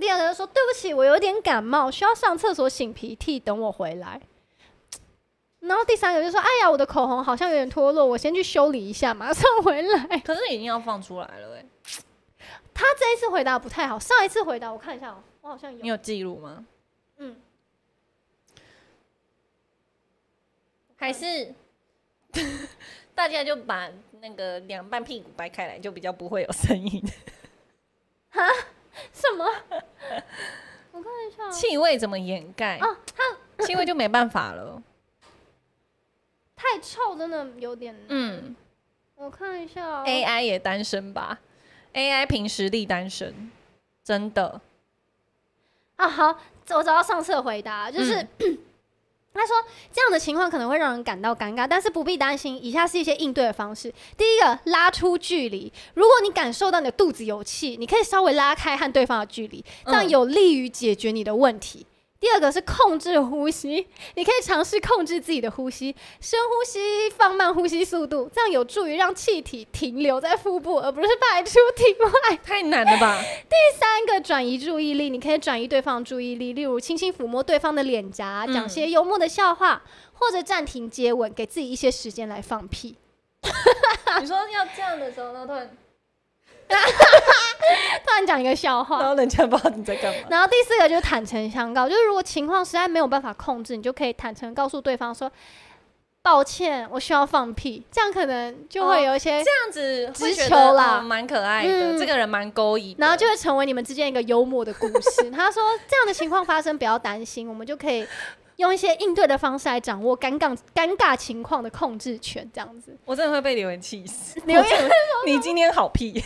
第二个就说：“对不起，我有点感冒，需要上厕所擤鼻涕，等我回来。”然后第三个就说：“哎呀，我的口红好像有点脱落，我先去修理一下，马上回来。可是已经要放出来了哎、”他这一次回答不太好，上一次回答我看一下哦，我好像你有，有记录吗？嗯，还是嗯 大家就把那个两半屁股掰开来，就比较不会有声音。什么？我看一下哦，气味怎么掩盖？啊 气味就没办法了。太臭，真的有点。嗯哎我看一下、哦、 ，AI 嗯也单身吧？AI 凭实力单身，真的。啊，好，我找到上次的回答，就是、 他说这样的情况可能会让人感到尴尬，但是不必担心。以下是一些应对的方式：第一个，拉出距离。如果你感受到你的肚子有气，你可以稍微拉开和对方的距离，这样嗯有利于解决你的问题。第二个是控制呼吸，你可以尝试控制自己的呼吸，深呼吸，放慢呼吸速度，这样有助于让气体停留在腹部，而不是排出体外。太难 了吧？三个转移注意力，你可以转移对方的注意力，例如轻轻抚摸对方的脸颊，嗯讲些幽默的笑话，或者暂停接吻，给自己一些时间来放屁。 你说要这样的时候，然后突然，突然讲一个笑话然。后人家不知道你在干嘛。然后第四个就是坦诚相告，就是如果情况实在没有办法控制，你就可以坦诚告诉对方说：“抱歉，我需要放屁。”这样可能就会有一些，这样子会直觉球得啦哦蛮、可爱的，嗯这个人蛮勾引的，然后就会成为你们之间一个幽默的故事。他说：“这样的情况发生，不要担心，我们就可以用一些应对的方式来掌握尴尬尴尬情况的控制权。”这样 子，我真的会被留言气死。 留言我真的你今天 好屁。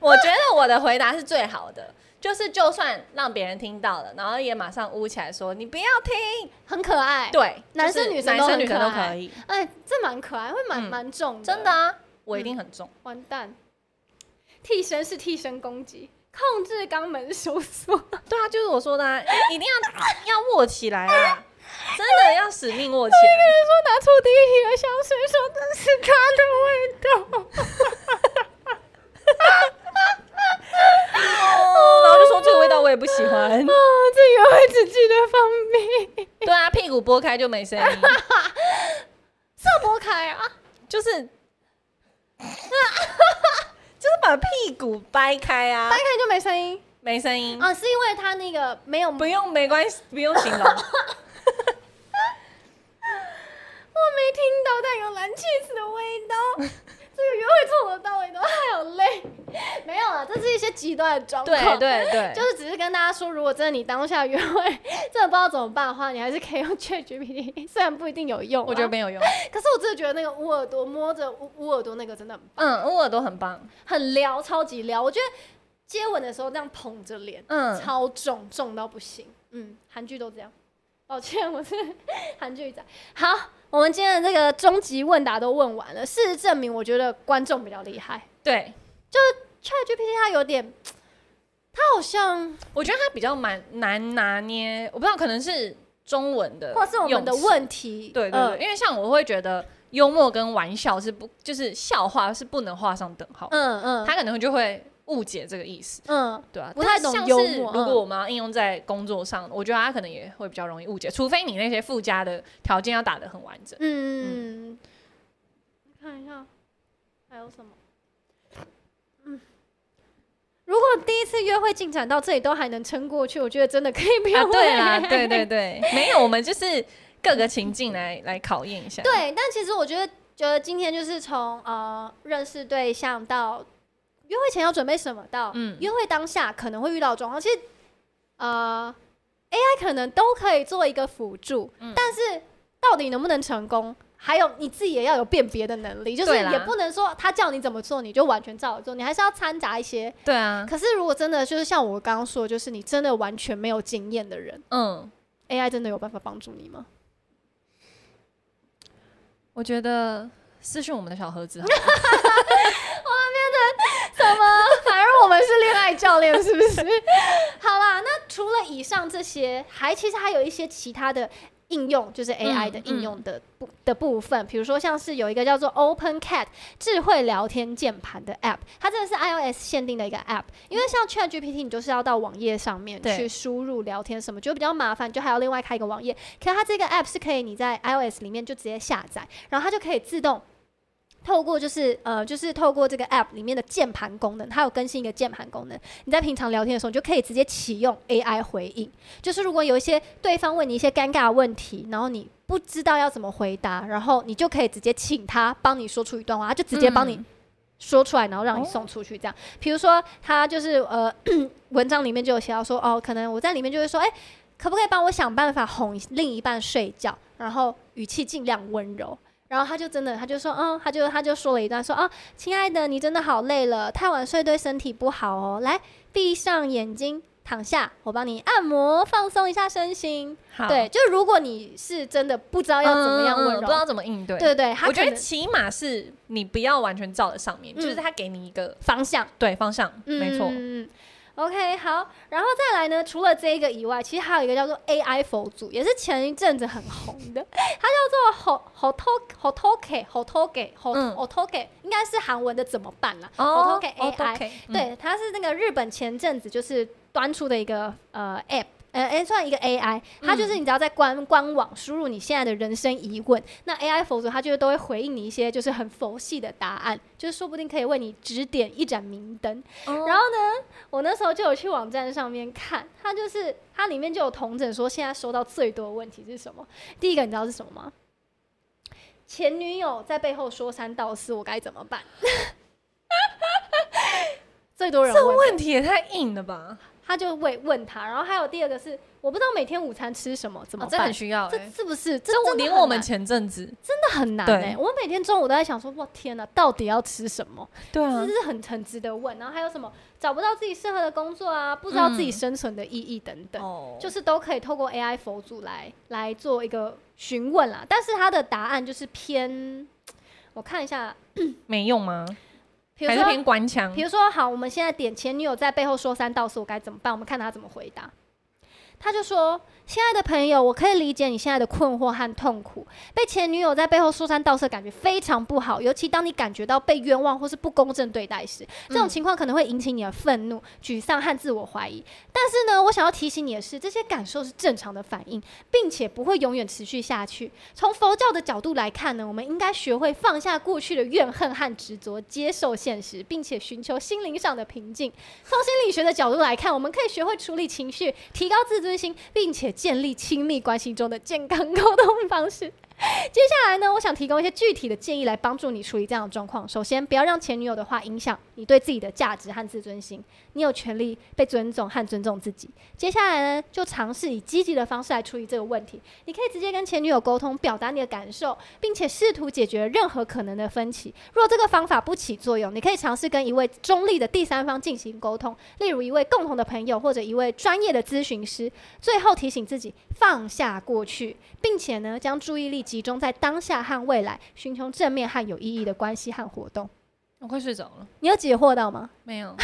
我觉得我的回答是最好的，就是就算让别人听到了，然后也马上捂起来说你不要听。很可爱。对，男就是生女生男都生很女生可都爱可以，哎，这蛮可爱，会蛮嗯蛮重的，真的啊，我一定很重。完蛋。替身是替身攻击，控制肛门收 缩。对啊，就是我说的、啊， 一定要要握起来啊，真的要使命握起来。说拿出第一瓶的香水，说这是它的味 道。然后就说这个味道我也不喜欢。啊，这个会只记得放屁。对啊，屁股拨开就没声音，这拨开啊，就是就是把屁股掰开啊掰，开就没声音没声音，啊，是因为它那个没有。嗯不用没关系，不用 形容。我没听到，但有蓝气死的味道。 这个约会从头到尾都还有累， 没有啊了，这是一些极端的状况。对对对，就是只是跟大家说，如果真的你当下约会真的不知道怎么办的话，你还是可以用 ChatGPT，虽然不一定有用啊，我觉得没有用。可是我真的觉得那个捂耳朵摸着捂捂耳朵那个真的很嗯，捂耳朵很棒。很撩，超级撩。我觉得接吻的时候那样捧着脸，嗯，超重，重到不行。嗯，韩剧都这样。抱歉，我是 韩剧仔。好，我们今天的这个终极问答都问完了。事实证明，我觉得观众比较厉害。对， ChatGPT 它有点，它好像我觉得它比较蛮难拿捏，我不知道可能是中文的用词，或是我们的问题，对对对，嗯因为像我会觉得幽默跟玩笑是不，就是笑话是不能画上等号，嗯嗯，他可能就会误解这个意思，嗯对啊，不太但懂像幽是默如嗯果我们要应用在工作上，我觉得他可能也会比较容易误解，除非你那些附加的条件要打得很完 整。嗯，看一下还有什么。嗯，如果第一次约会进展到这里都还能撑过去，我觉得真的可以不啊要，对啊，啊，对对对， 没有，我们就是各个情境来来考验一下。对，但其实我觉得，觉得今天就是从呃认识对象到约会前要准备什么，到嗯约会当下可能会遇到的状况，其实呃 AI 可能都可以做一个辅助，嗯但是到底能不能成功？还有你自己也要有辨别的能力，就是对啦也不能说他叫你怎么做你就完全照着做，你还是要掺杂一些。对啊，可是如果真的就是像我刚刚说，就是你真的完全没有经验的人嗯， ，AI 真的有办法帮助你吗？我觉得私讯我们的小盒子好了，怎么？ 反而我们是恋爱教练，是不是？ 好啦，那除了以上这些，还其实还有一些其他的应用，就是 AI 的应用的部、的部分，比如说像是有一个叫做 Open Cat 智慧聊天键盘的 App，它真的是 iOS 限定的一个 App，因为像 Chat GPT 你就是要到网页上面对去输入聊天什么，就比较麻烦，就还要另外开一个网页。可是它这个 App 是可以你在 iOS 里面就直接下载，然后它就可以自动透过就是呃，就是透过这个 app 里面的键盘功能，它有更新一个键盘功能。你在平常聊天的时候，你就可以直接启用 AI 回应。就是如果有一些对方问你一些尴尬的问题，然后你不知道要怎么回答，然后你就可以直接请他帮你说出一段话，他就直接帮你嗯说出来，然后让你送出去这样。比如说，他就是呃，文章里面就有写到说，哦，可能我在里面就会说，哎、可不可以帮我想办法哄另一半睡觉，然后语气尽量温柔。然后他就真的，他就说，嗯，他就他就说了一段说，啊，亲爱的，你真的好累了，太晚睡对身体不好哦，来，闭上眼睛，躺下，我帮你按摩，放松一下身心。好， 对，就如果你是真的不知道嗯，要怎么样嗯温不柔，知道怎么应对。对对，他我觉可得能起码是你不要完全照着上面，就是嗯他给你一个方向。对方向，没错。嗯嗯嗯 OK，好，然后再来呢？除了这一个以外，其实还有一个叫做 AI 佛祖，也是前一阵子很红的， 它叫做 Ho Ho To Ho Toke Ho Toke 嗯 Ho Ho Toke，应该是韩文的怎么办啦 Ho 哦 Toke AI， ，OK，嗯对，它是那个日本前阵子就是端出的一个呃 App 呃，哎，算一个 AI，它嗯就是你只要在官官网输入你现在的人生疑问，那 AI 佛祖它就是都会回应你一些就是很佛系的答案，就是说不定可以为你指点一盏明灯。哦然后呢，我那时候就有去网站上面看，它就是它里面就有同整说现在收到最多的问题是什么？第一个你知道是什么吗？前女友在背后说三道四，我该怎么办？ 最多人这问的问题也太硬了吧？他就会问他，然后还有第二个是，我不知道每天午餐吃什么怎么哦，这办，很需要、这欸。是不是这这我真的连很我们难前阵子，真的很难对哎、我每天中午都在想说，哇天哪，到底要吃什么？对啊这是很很值得问。然后还有什么找不到自己适合的工作啊，不知道自己嗯生存的意义等等，哦就是都可以透过 AI 佛祖来来做一个询问啦。但是他的答案就是偏，我看一下，没用吗？比如还是说偏官腔比？如说，好，我们现在点前女友在背后说三道四，我该怎么办？我们看他怎么回答。他就说：“亲爱的朋友，我可以理解你现在的困惑和痛苦。被前女友在背后说三道四，感觉非常不好。尤其当你感觉到被冤枉或是不公正对待时，这种嗯情况可能会引起你的愤怒、沮丧和自我怀疑。但是呢，我想要提醒你的是，这些感受是正常的反应，并且不会永远持续下去。从佛教的角度来看呢，我们应该学会放下过去的怨恨和执着，接受现实，并且寻求心灵上的平静。从心理学的角度来看，我们可以学会处理情绪，提高自尊心，并且建立亲密关系中的健康沟通方式。接下来呢，我想提供一些具体的建议来帮助你处理这样的状况。首先，不要让前女友的话影响你对自己的价值和自尊心，你有权利被尊重和尊重自己。接下来呢，就尝试以积极的方式来处理这个问题。你可以直接跟前女友沟通，表达你的感受，并且试图解决任何可能的分歧。若这个方法不起作用，你可以尝试跟一位中立的第三方进行沟通，例如一位共同的朋友或者一位专业的咨询师。最后提醒自己放下过去，并且呢，将注意力集中在当下和未来，寻求正面和有意义的关系和活动。我快睡着了。你有解惑到吗？没有，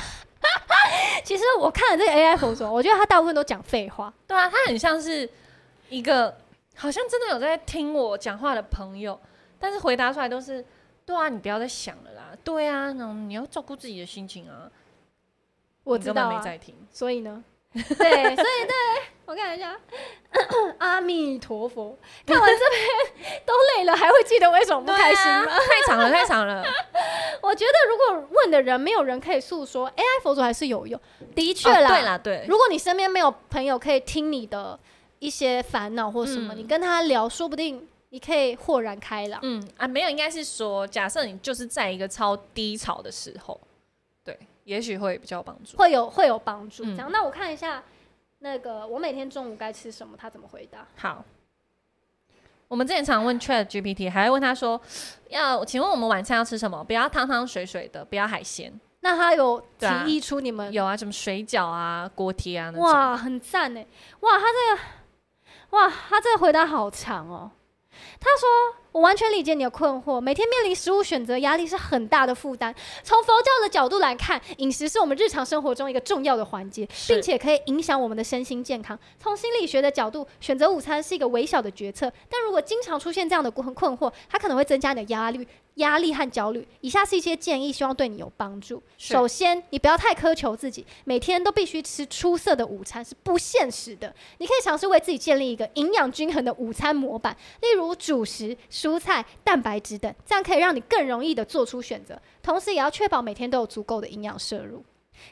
其实我看了这个 AI 佛说，我觉得他大部分都讲废话。对啊，他很像是一个好像真的有在听我讲话的朋友，但是回答出来都是对啊，你不要再想了啦，对啊，那种你要照顾自己的心情啊。我你知根道、本啊、没在听，所以呢，对，所以对我看一下，阿弥陀佛，看完这篇都累了，还会记得为什么不开心吗？啊太长了，太长 了。我觉得如果问的人没有人可以诉说，AI 佛祖还是有用，的确啦。哦对啦，对，如果你身边没有朋友可以听你的一些烦恼或什么，嗯你跟他聊，说不定你可以豁然开朗。嗯啊，没有，应该是说，假设你就是在一个超低潮的时候，对，也许会比较有帮助。会有会有帮助。嗯这样，那我看一下那个我每天中午该吃什么，他怎么回答？好，我们之前常问 Chat GPT，还会问他说，要请问我们晚餐要吃什么？不要汤汤水水的，不要海鲜。那他有提对啊议出你们、有啊，什么水饺啊、锅贴啊那种。哇，很赞哎！哇，他这个哇，他这个回答好长哦。他说：“我完全理解你的困惑，每天面临食物选择压力是很大的负担。从佛教的角度来看，饮食是我们日常生活中一个重要的环节，是并且可以影响我们的身心健康。从心理学的角度，选择午餐是一个微小的决策，但如果经常出现这样的困困惑，它可能会增加你的压力、压力和焦虑。以下是一些建议，希望对你有帮助。是首先，你不要太苛求自己，每天都必须吃出色的午餐是不现实的。你可以尝试为自己建立一个营养均衡的午餐模板，例如主食、蔬菜、蛋白质等，这样可以让你更容易的做出选择。同时，也要确保每天都有足够的营养摄入。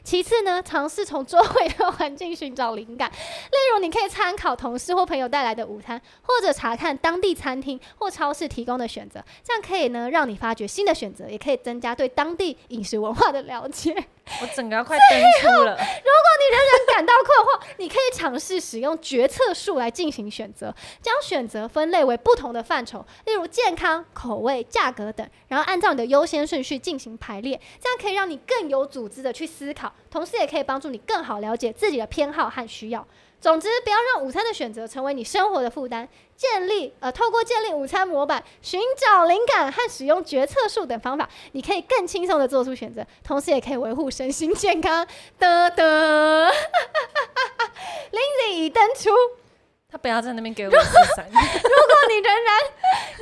其次呢，尝试从周围的环境寻找灵感， 例如你可以参考同事或朋友带来的午餐，或者查看当地餐厅或超市提供的选择，这样可以呢让你发掘新的选择，也可以增加对当地饮食文化的了解。我整个要快登出了。感到困惑，你可以尝试使用决策树来进行选择，将选择分类为不同的范畴，例如健康、口味、价格等，然后按照你的优先顺序进行排列，这样可以让你更有组织的去思考，同时也可以帮助你更好了解自己的偏好和需要。总之，不要让午餐的选择成为你生活的负担。建立呃，透过建立午餐模板、寻找灵感和使用决策树等方法，你可以更轻松的做出选择，同时也可以维护身心健康。的的。Lindsay 已登出。如他不要在那边给我四三，果你仍然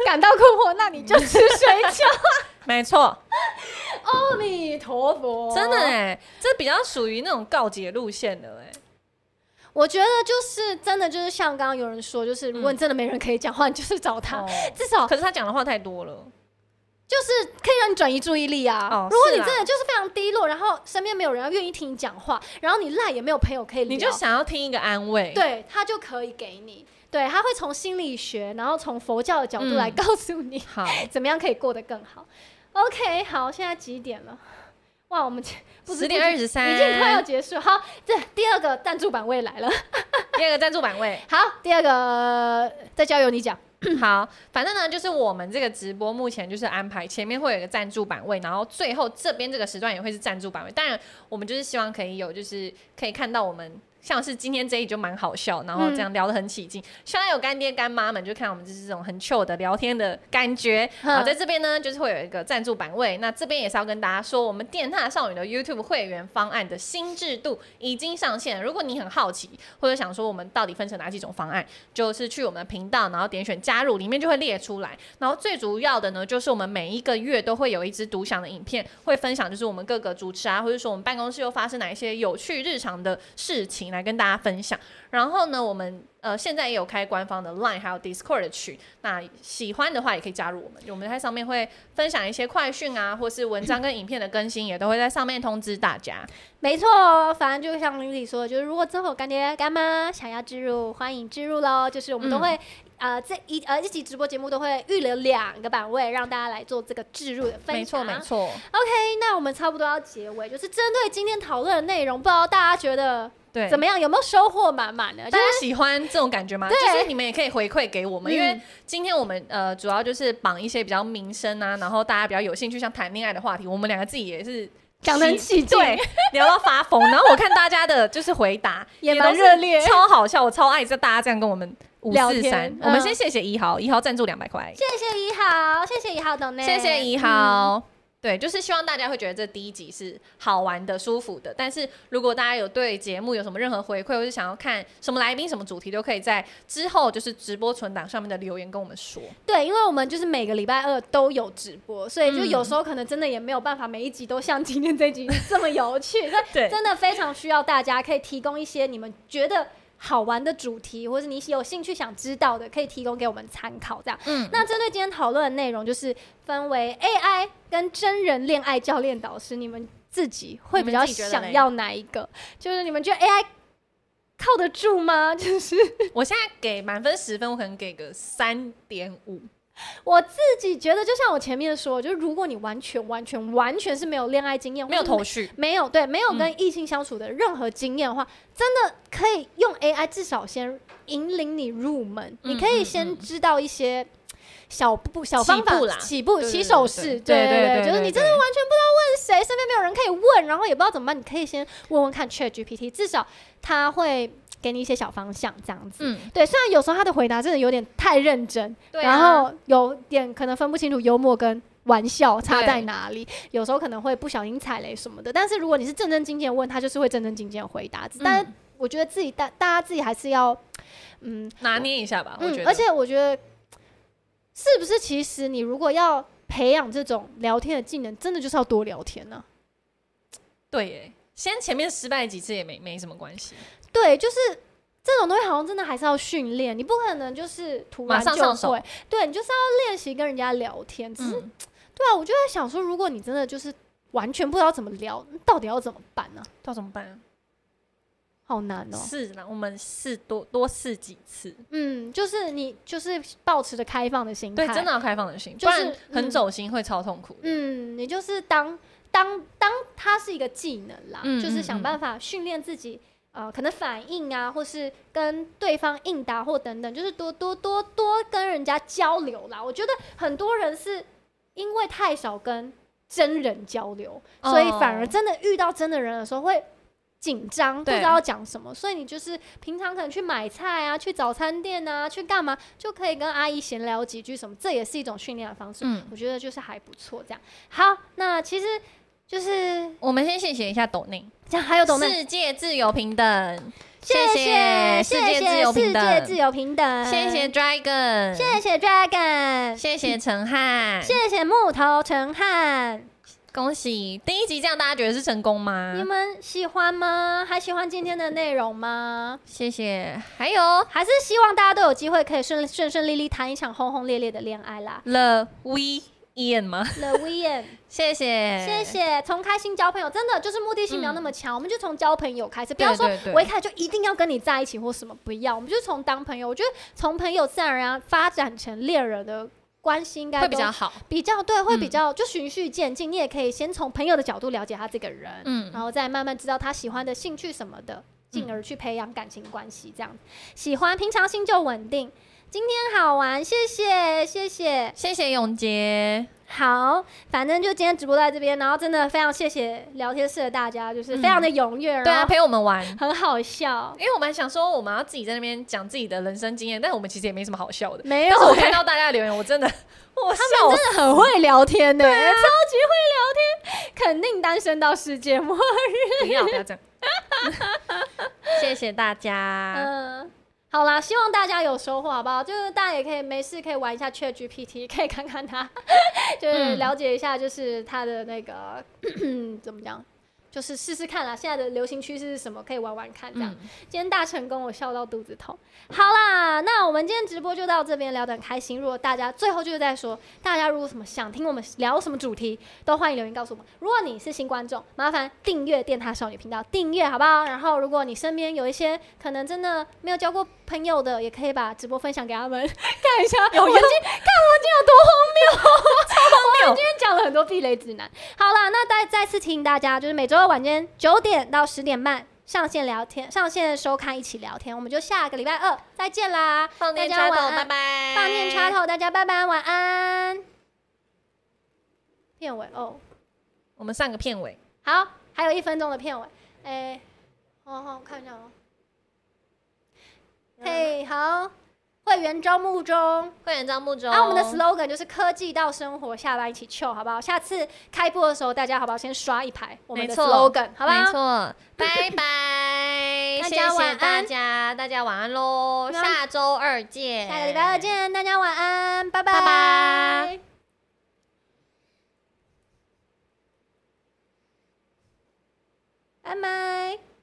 感到困惑，那你就吃水 饺。没错，阿弥陀佛欸真的哎、这比较属于那种告解路线的哎、我觉得就是真的就是像刚刚有人说，就是如果你真的没人可以讲话，你就是找他，哦至少可是他讲的话太多了，就是可以让你转移注意力啊。哦如果你是啊真的就是非常低落，然后身边没有人要愿意听你讲话，然后你赖也没有朋友可以聊，你就想要听一个安慰。，对他就可以给你，对他会从心理学，然后从佛教的角度嗯来告诉你、好， 怎么样可以过得更好。OK，好，现在几点了？哇，我们这不知十点不觉二十三，已经快要结束。好，这第二个赞助版位 来了。第二个赞助 版位。好，第二个再交由你讲。好，反正呢，就是我们这个直播目前就是安排前面会有一个赞助版位，然后最后这边这个时段也会是赞助版位。当然，我们就是希望可以有，就是可以看到我们像是今天这一集就蛮好笑，然后嗯这样聊得很起劲。希望有干爹干妈们就看我们就是这种很 chill 的聊天的感觉。好，在这边呢，就是会有一个赞助版位。那这边也是要跟大家说，我们电踏少女的 YouTube 会员方案的新制度已经上线了。如果你很好奇，或者想说我们到底分成哪几种方案，就是去我们的频道，然后点选加入，里面就会列出来。然后最主要的呢，就是我们每一个月都会有一支独享的影片，会分享就是我们各个主持啊，或者说我们办公室又发生哪一些有趣日常的事情来跟大家分享。然后呢，我们呃现在也有开官方的 Line 还有 Discord 的群，那喜欢的话也可以加入我们，我们在上面会分享一些快讯啊，或是文章跟影片的更新，也都会在上面通知大家。没错，反正就像李李说的，就是如果之后有干爹干妈想要置入，欢迎置入喽。就是我们都会、呃这一呃一集直播节目都会预留两个版位，让大家来做这个置入的分享。没错，没。错。 OK，那我们差不多要结尾，就是针对今天讨论的内容，不知道大家觉得对，怎么样，有没有收获满满呢？就大是家喜欢这种感觉吗？对就是你们也可以回馈给我们，因为嗯今天我们呃主要就是绑一些比较民生啊，然后大家比较有兴趣像谈恋爱的话题，我们两个自己也是讲得很起劲对，聊到发疯。然后我看大家的就是回答 也都蛮是热烈超好笑，我超爱这大家这样跟我们五聊四三天。我们嗯先谢谢一豪，一豪赞助两百块，谢谢一豪，谢谢一豪懂内，谢谢一豪。对，就是希望大家会觉得这第一集是好玩的、舒服的。但是如果大家有对节目有什么任何回馈，或是想要看什么来宾、什么主题，都可以在之后就是直播存档上面的留言跟我们说。对，因为我们就是每个礼拜二都有直播，所以就嗯有时候可能真的也没有办法每一集都像今天这一集这么有 趣，所以对真的非常需要大家可以提供一些你们觉得好玩的主题，或是你有兴趣想知道的，可以提供给我们参考。这样，嗯，那针对今天讨论的内容，就是分为 AI 跟真人恋爱教练导师，你们自己会比较你们自己觉得嘞想要哪一个？就是你们觉得 AI 靠得住吗？就是我现在给满分十分，我可能给个三点五。我自己觉得，就像我前面说，就是如果你完全、完全、完全是没有恋爱经验，没有或是头绪。嗯没有对，没有跟异性相处的任何经验的话，真的可以用 AI 至少先引领你入门，嗯你可以嗯先嗯知道一些。小步小方法起步啦起步对对起对手式，对对对对对就是你真的对完全不知道问谁，身边没有人可以问，然后也不知道怎么办，你可以先问问看 Chat GPT，至少它会给你一些小方向，这样子。嗯，对，虽然有时候他的回答真的有点太认真，对啊然后有点可能分不清楚幽默跟玩笑差在哪里，有时候可能会不小心踩雷什么的。但是如果你是正正经经地问，他就是会正正经经地回答。但嗯是我觉得自己大大家自己还是要，嗯拿捏一下吧，啊我嗯，觉得。而且我觉得是不是其实你如果要培养这种聊天的技能，真的就是要多聊天呢、对耶，先前面失败几次也没没什么关系，对，就是这种东西好像真的还是要训练，你不可能就是突然马上就上手会。对，你就是要练习跟人家聊天。只是、嗯，对啊，我就在想说，如果你真的就是完全不知道怎么聊，到底要怎么办啊呢、到怎么办？好难哦。试啦，我们试多多试几次。嗯，就是你就是保持着开放的心态，对，真的。要开放的心，就不是然很走心会超痛苦的。嗯，你就是当当当它是一个技能啦，嗯就是嗯想嗯办法训练自己。呃，可能反应啊，或是跟对方应答或等等，就是多多多多跟人家交流啦。我觉得很多人是因为太少跟真人交流，哦所以反而真的遇到真的人的时候会紧张，不对知道要讲什么。所以你就是平常可能去买菜啊，去早餐店啊，去干嘛，就可以跟阿姨闲聊几句什么，这也是一种训练的方式。嗯我觉得就是还不错这样。好，那其实就是我们先谢谢一下抖内，这样，还有懂的，世界自由平等，谢谢世谢界自由平世界自等，由平等，谢谢 Dragon，谢谢 Dragon，谢谢陈汉，谢谢木头陈汉。恭喜第一集，这样大家觉得是成功你吗？们喜欢吗？还喜欢今天的内容吗？谢谢。还有还是希望大家都有机会可以顺顺顺利利谈一场轰轰烈烈的恋爱 啦 The We Ian 吗？ ！The Weekend，谢谢，谢。谢。从开心交朋友，真的就是目的性不要那么强，我们就从交朋友开始，不对要说对对我一开始就一定要跟你在一起或什么，不要，我们就是从当朋友。我觉得从朋友自然而然发展成恋人的关系，应该会都比较好。比较对，会比嗯较、就循序渐进。你也可以先从朋友的角度了解他这个人，嗯然后再慢慢知道他喜欢的兴趣什么的，进而去培养感情关系。这样，喜欢平常心就稳定。今天好玩，谢谢谢谢。谢谢永杰，好，反正就今天直播到这边，然后真的非常谢谢聊天室的大家，就是非常的踊跃，嗯对啊，然后陪我们玩。很好笑，因为我们还想说我们要自己在那边讲自己的人生经验，但我们其实也没什么好 笑的。没有但是我欸看到大家的留言，我真的 我他笑们死。真的很会聊天呢、啊超级会聊天，肯定单身到世界末啊 不要不要这样，谢谢大家。嗯，好啦，希望大家有收获，好不好？就是大家也可以没事可以玩一下 Chat GPT，可以 看看它，就是嗯了解一下，就是它的那个、 怎么讲，就是试试看啦，现在的流行趋势是什么，可以玩玩看这样。嗯，今天大成跟我笑到肚子痛。好啦，那我们今天直播就到这边，聊得很开心。如果大家最后就是在说，大家如果什么想听我们聊什么主题，都欢迎留言告诉我们。如果你是新观众，麻烦订阅电塔少女频道，订阅好不好？然后如果你身边有一些可能真的没有交过朋友的，也可以把直播分享给他们看一下。我们今天看我们今天有多荒谬，荒谬我们今天讲了很多避雷指南。好啦，那再再次提醒大家，就是每周二晚间九点到十点半上线聊天，上线收看一起聊天，我们就下个礼拜二再见啦！放电大家插头，晚安拜拜。放念插头，大家拜拜，晚安。片尾哦，我们上个片尾，好，还有一分钟的片尾，哎、好好看一下哦。嗯嘿、好，会员招募中。会员招募中。那、我们的 slogan 就是科技到生活，下班一起 chill，好不好？下次开播的时候，大家好不好先刷一排我们的没错 slogan，好不没好？ 错，拜拜，大谢家晚谢安大家，大家晚安喽，那下周二见，下个礼拜二。见，大家晚安，拜拜。拜拜拜拜